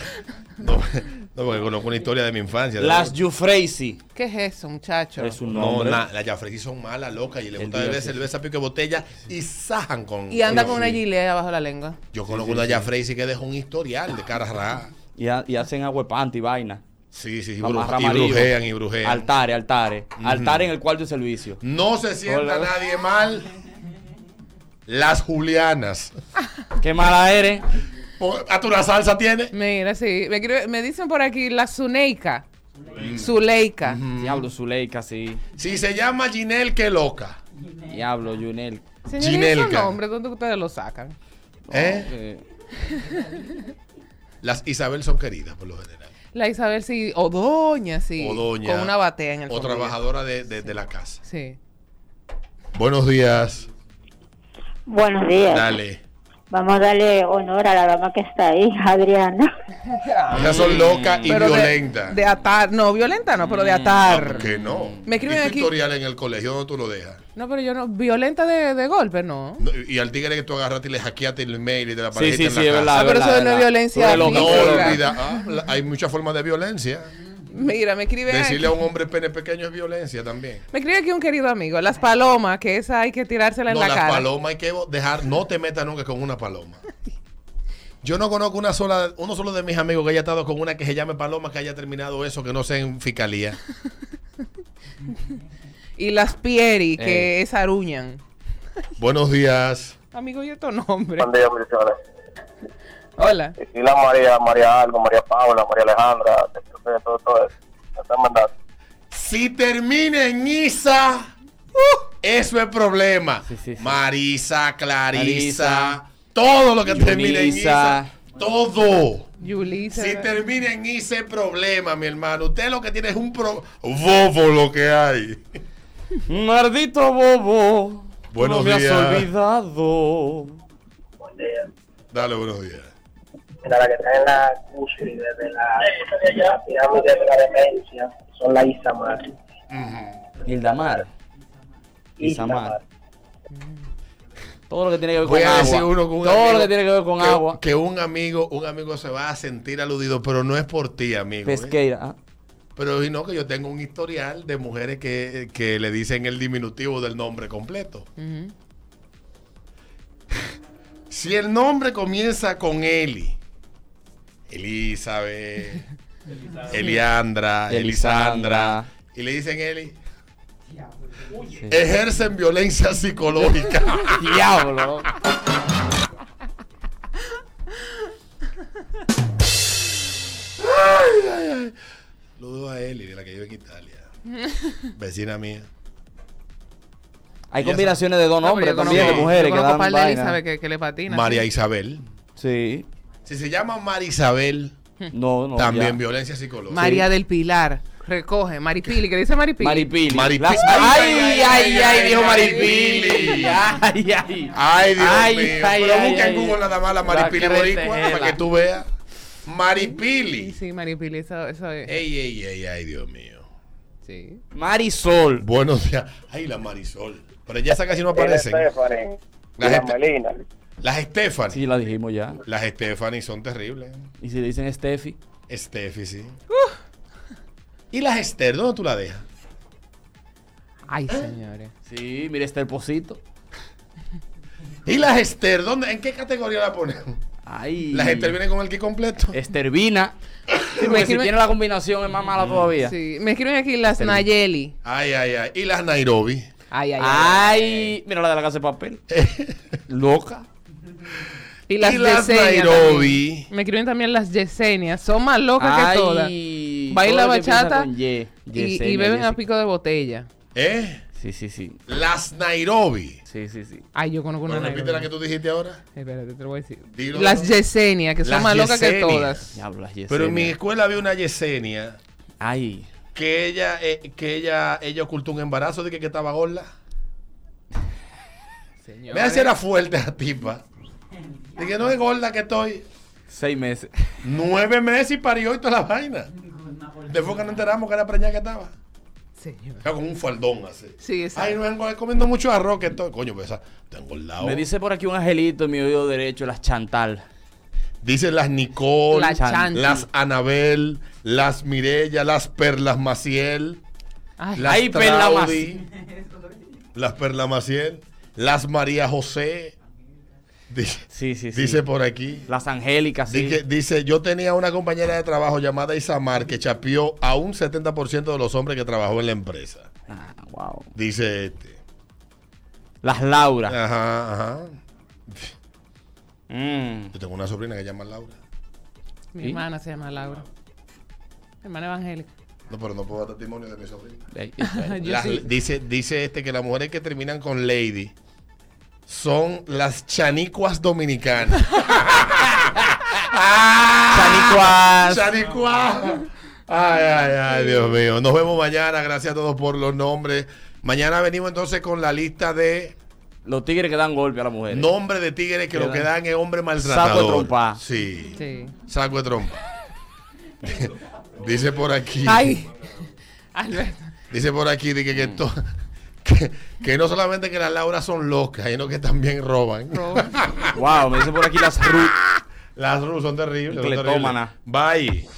S1: No, [LAUGHS] no, porque conozco una historia de mi infancia.
S2: Las Jufreisi.
S3: ¿Qué es eso, muchacho?
S2: Es un
S1: No,
S2: nombre.
S1: na, las Jafresi son malas, locas, y les
S2: El
S1: gusta beber
S2: Dios, sí.
S1: cerveza pico de botella y sajan con.
S3: Y anda
S1: Sí,
S3: con una
S1: sí.
S3: gilet abajo la lengua.
S1: Yo conozco una Jafresi que dejó un historial de cara rara.
S2: Y, ha- y hacen agua de panty, vaina.
S1: Sí, sí, sí,
S2: La
S1: bru-
S2: marra
S1: y
S2: amarillo.
S1: brujean y brujean.
S2: Altare, altare. Altare en el cuarto de servicio.
S1: No se sienta
S2: Hola.
S1: nadie mal. Las Julianas.
S2: Qué mala eres.
S1: Po- ¿A tu una salsa tiene?
S3: Mira, sí. Me, escribe- me dicen por aquí la Zuneika.
S1: Mm.
S3: Zuleika.
S2: Diablo, Zuleika, sí.
S1: Si se llama Ginel, qué loca.
S2: Diablo, Junel.
S3: Señores, esos
S1: Ginelka.
S3: nombres, ¿dónde ustedes lo sacan?
S1: ¿Eh?
S2: Eh,
S1: Las Isabel son queridas, por lo general.
S3: La Isabel sí, o Doña sí.
S1: O doña.
S3: Con una batea en el
S1: O
S3: sombrero.
S1: trabajadora de, de- de la casa.
S3: Sí.
S1: Buenos días.
S11: Buenos días.
S1: Dale.
S11: Vamos a darle honor a la dama que está ahí, Adriana.
S1: Ellas son locas y
S3: Ah. Pero de-
S1: violentas.
S3: De, atar. No, violenta no,
S2: Mm.
S3: pero de atar.
S1: que no.
S3: Ah, Me escriben
S1: Di tu
S3: aquí-
S1: tutorial en el colegio donde tú lo dejas.
S3: No, pero yo no. Violenta de, de golpe, no.
S1: No, Y al tigre que tú agarraste y le hackeaste el mail y te la
S2: Sí,
S1: apareciste
S2: sí,
S1: en
S2: sí,
S1: la
S2: es
S1: casa.
S2: verdad.
S3: Ah, pero
S2: es
S3: eso
S2: verdad,
S3: no es
S2: verdad.
S3: violencia
S2: Tú eres loca.
S1: No
S2: Tú
S3: física.
S2: eres loca.
S1: olvida. Ah, la- hay muchas formas de violencia.
S3: Mira, me escriben
S1: Decirle a
S3: aquí.
S1: un hombre pene pequeño es violencia también.
S3: Me escribe aquí un querido amigo. Las palomas, que esa hay que tirársela en
S1: No,
S3: la
S1: las
S3: cara.
S1: palomas hay que bo- dejar, no te metas nunca con una paloma. Yo no conozco una sola, uno solo de mis amigos que haya estado con una que se llame paloma que haya terminado eso, que no sea en fiscalía.
S3: Y las pieri, que
S2: Ey.
S3: es aruñan.
S1: Buenos días.
S3: Amigo, ¿y estos nombres?
S5: Buen día, bendiciones.
S3: Hola.
S5: Y la María, María Algo, María Paula, María Alejandra, todo, todo, todo eso. Están mandadas.
S1: Si termina en Isa, ¡uh! eso es problema.
S2: Sí, sí, sí.
S1: Marisa, Clarisa,
S2: Clarisa,
S1: todo lo que termine en
S2: Yunisa.
S1: Isa. Todo.
S3: Yulisa.
S1: Si termina en ese problema, mi hermano. Usted lo que tiene es un pro... bobo lo que hay.
S2: Maldito bobo.
S1: Buenos
S2: no me
S1: días.
S2: has olvidado.
S1: Dale, buenos días.
S4: Mira, la que está en la cúspide de la, de la pirámide de la demencia son la Isamar.
S2: Hildamar. Isamar. Todo lo que tiene que ver con
S1: Voy a
S2: agua.
S1: decir uno con un
S2: Todo
S1: amigo
S2: lo que tiene que ver con
S1: que-
S2: agua.
S1: Que un amigo, un amigo se va a sentir aludido, pero no es por ti, amigo. ¿eh?
S2: Pesqueira. ah.
S1: Pero si no, que yo tengo un historial de mujeres que, que le dicen el diminutivo del nombre completo.
S3: Ujú.
S1: Si el nombre comienza con Eli, Elizabeth, Eliandra, Elisandra,
S2: Elisandra.
S1: y le dicen Eli, ejercen violencia psicológica. [LAUGHS]
S2: Diablo.
S1: Saludo a Eli, de la que vive en Italia. Vecina mía.
S2: Hay
S1: Ya
S2: combinaciones de dos
S3: No, pero
S2: nombres
S3: yo conozco-
S2: también, de mujeres
S3: yo
S2: que
S3: conozco
S2: dan
S3: un par de
S2: vaina.
S3: Elizabeth que, que le patina.
S1: María
S3: sí.
S1: Isabel.
S2: Sí.
S1: Si se llama María Isabel,
S2: No, no.
S1: también
S2: ya.
S1: violencia psicológica.
S3: María del Pilar. Recoge. Maripili. ¿Qué dice Maripili?
S2: Maripili.
S1: Maripili.
S2: Las-
S1: Ay,
S2: Ay,
S1: ay,
S2: ay,
S1: ay,
S2: ay, dijo
S1: ay,
S2: Maripili. Ay, ay.
S1: Ay, Dios
S2: Ay,
S1: mío.
S2: ay,
S1: Pero
S2: ay,
S1: busca en
S2: ay,
S1: Google
S2: ay.
S1: nada más la
S2: La
S1: Maripili Boricua
S2: crestejela.
S1: para que tú veas.
S3: Sí,
S1: Maripili.
S3: sí, Maripili. Eso, eso es.
S1: Ey, ey, ey, ay, Dios mío.
S3: Sí.
S2: Marisol.
S1: Buenos días. Ay, la Marisol. Pero ya esa casi no
S5: Tiene
S1: aparecen.
S5: Stephanie,
S1: La
S5: la
S1: gente-
S5: Melina.
S1: Las Stephanie.
S2: Sí, la dijimos ya.
S1: Las Stephanie son terribles.
S2: Y si le dicen Steffi.
S1: Steffi, sí.
S2: Uh.
S1: ¿Y las Esther? ¿Dónde tú la dejas?
S3: Ay, señores.
S2: Sí, mira este Pocito.
S1: ¿Y las Esther? ¿Dónde, ¿En qué categoría la ponemos?
S2: Ay.
S1: ¿Las Esther vienen con el que completo?
S2: Eh. Estervina. Sí,
S3: Me
S2: porque si
S3: escribe-
S2: tiene la combinación es más mala todavía.
S3: Sí. Me escriben aquí las
S2: Excelente.
S3: Nayeli.
S1: Ay, ay, ay. ¿Y las Nairobi?
S3: Ay, ay, ay.
S2: Ay, mira la de la casa de [LAUGHS] papel. Loca.
S3: Y las,
S1: y las
S3: Yesenia
S1: Nairobi.
S3: también. Me escriben también las Yesenias. Son más locas que todas.
S2: Ay,
S3: Baila
S2: todo lo que empieza
S3: bachata
S2: con Ye,
S3: Y,
S2: Yesenia,
S3: y beben a
S2: Yesi-
S3: pico de botella.
S1: ¿Eh?
S2: Sí, sí, sí.
S1: Las Nairobi.
S2: Sí, sí, sí.
S3: Ay, yo conozco una
S1: Bueno, repite la
S3: Nairobi.
S1: que tú dijiste ahora.
S3: Espérate, te lo voy a decir.
S1: Dilo,
S3: las
S1: dilo.
S3: Yesenias, que son
S1: Las
S3: más locas que
S1: Yesenias.
S3: todas.
S2: Diablo, las Yesenia.
S1: Pero en mi escuela había una Yesenia
S2: Ay.
S1: que ella eh, que ella ella ocultó un embarazo de que, que estaba gorda. Me hace era fuerte la tipa. De que no es gorda que estoy.
S2: Seis meses.
S1: Nueve meses y parió y toda la vaina. Después que nos enteramos que era preñada que estaba.
S3: Señor.
S1: Era con un faldón así.
S3: Sí, exacto.
S1: Ay, no vengo comiendo mucho arroz que estoy. Coño, pues esa. Te engordado.
S2: Me dice por aquí un angelito en mi oído derecho, las Chantal.
S1: Dicen las Nicole,
S3: La Chanti.
S1: las Anabel, las Mirella, las Perlas Maciel.
S3: Ay,
S1: Las
S2: Ay, Perla
S1: Traudy, Las Perla Maciel. Las María José. Dice,
S2: Sí, sí, sí.
S1: dice por aquí.
S2: Las Angélicas, sí.
S1: Dice, dice, yo tenía una compañera de trabajo llamada Isamar que chapió a un 70% de los hombres que trabajó en la empresa.
S2: Ah, wow.
S1: Dice este.
S2: Las Laura.
S1: Ajá, ajá.
S2: Mm.
S1: Yo tengo una sobrina que se llama Laura.
S3: Mi
S2: ¿Y?
S3: hermana se llama Laura. Mi hermana evangélica.
S1: No, pero no puedo dar testimonio de mi sobrina.
S2: Ey, ey, ey.
S3: Yo
S1: Las-
S3: sí.
S1: dice, dice este que las mujeres que terminan con Lady son las chanicuas dominicanas.
S2: Chanicuas.
S1: Chanicuá. Ah, Ay, ay, ay, Dios mío. Nos vemos mañana. Gracias a todos por los nombres. Mañana venimos entonces con la lista de
S2: Los tigres que dan golpe a las mujeres.
S1: nombres de tigres que lo que dan es hombre maltratador.
S2: Saco de trompa.
S1: Sí.
S3: Sí.
S1: Saco de
S2: [LAUGHS]
S1: trompa. Dice por aquí.
S3: Ay, [LAUGHS] Alberto.
S1: Dice por aquí de que, que, to- [LAUGHS] que- que no solamente que las Lauras son locas, sino que también roban.
S3: Roban.
S2: Wow, me dice por aquí las Ruth.
S1: Las Ruth son terribles. son terribles.
S2: Cleptómana.
S1: Bye.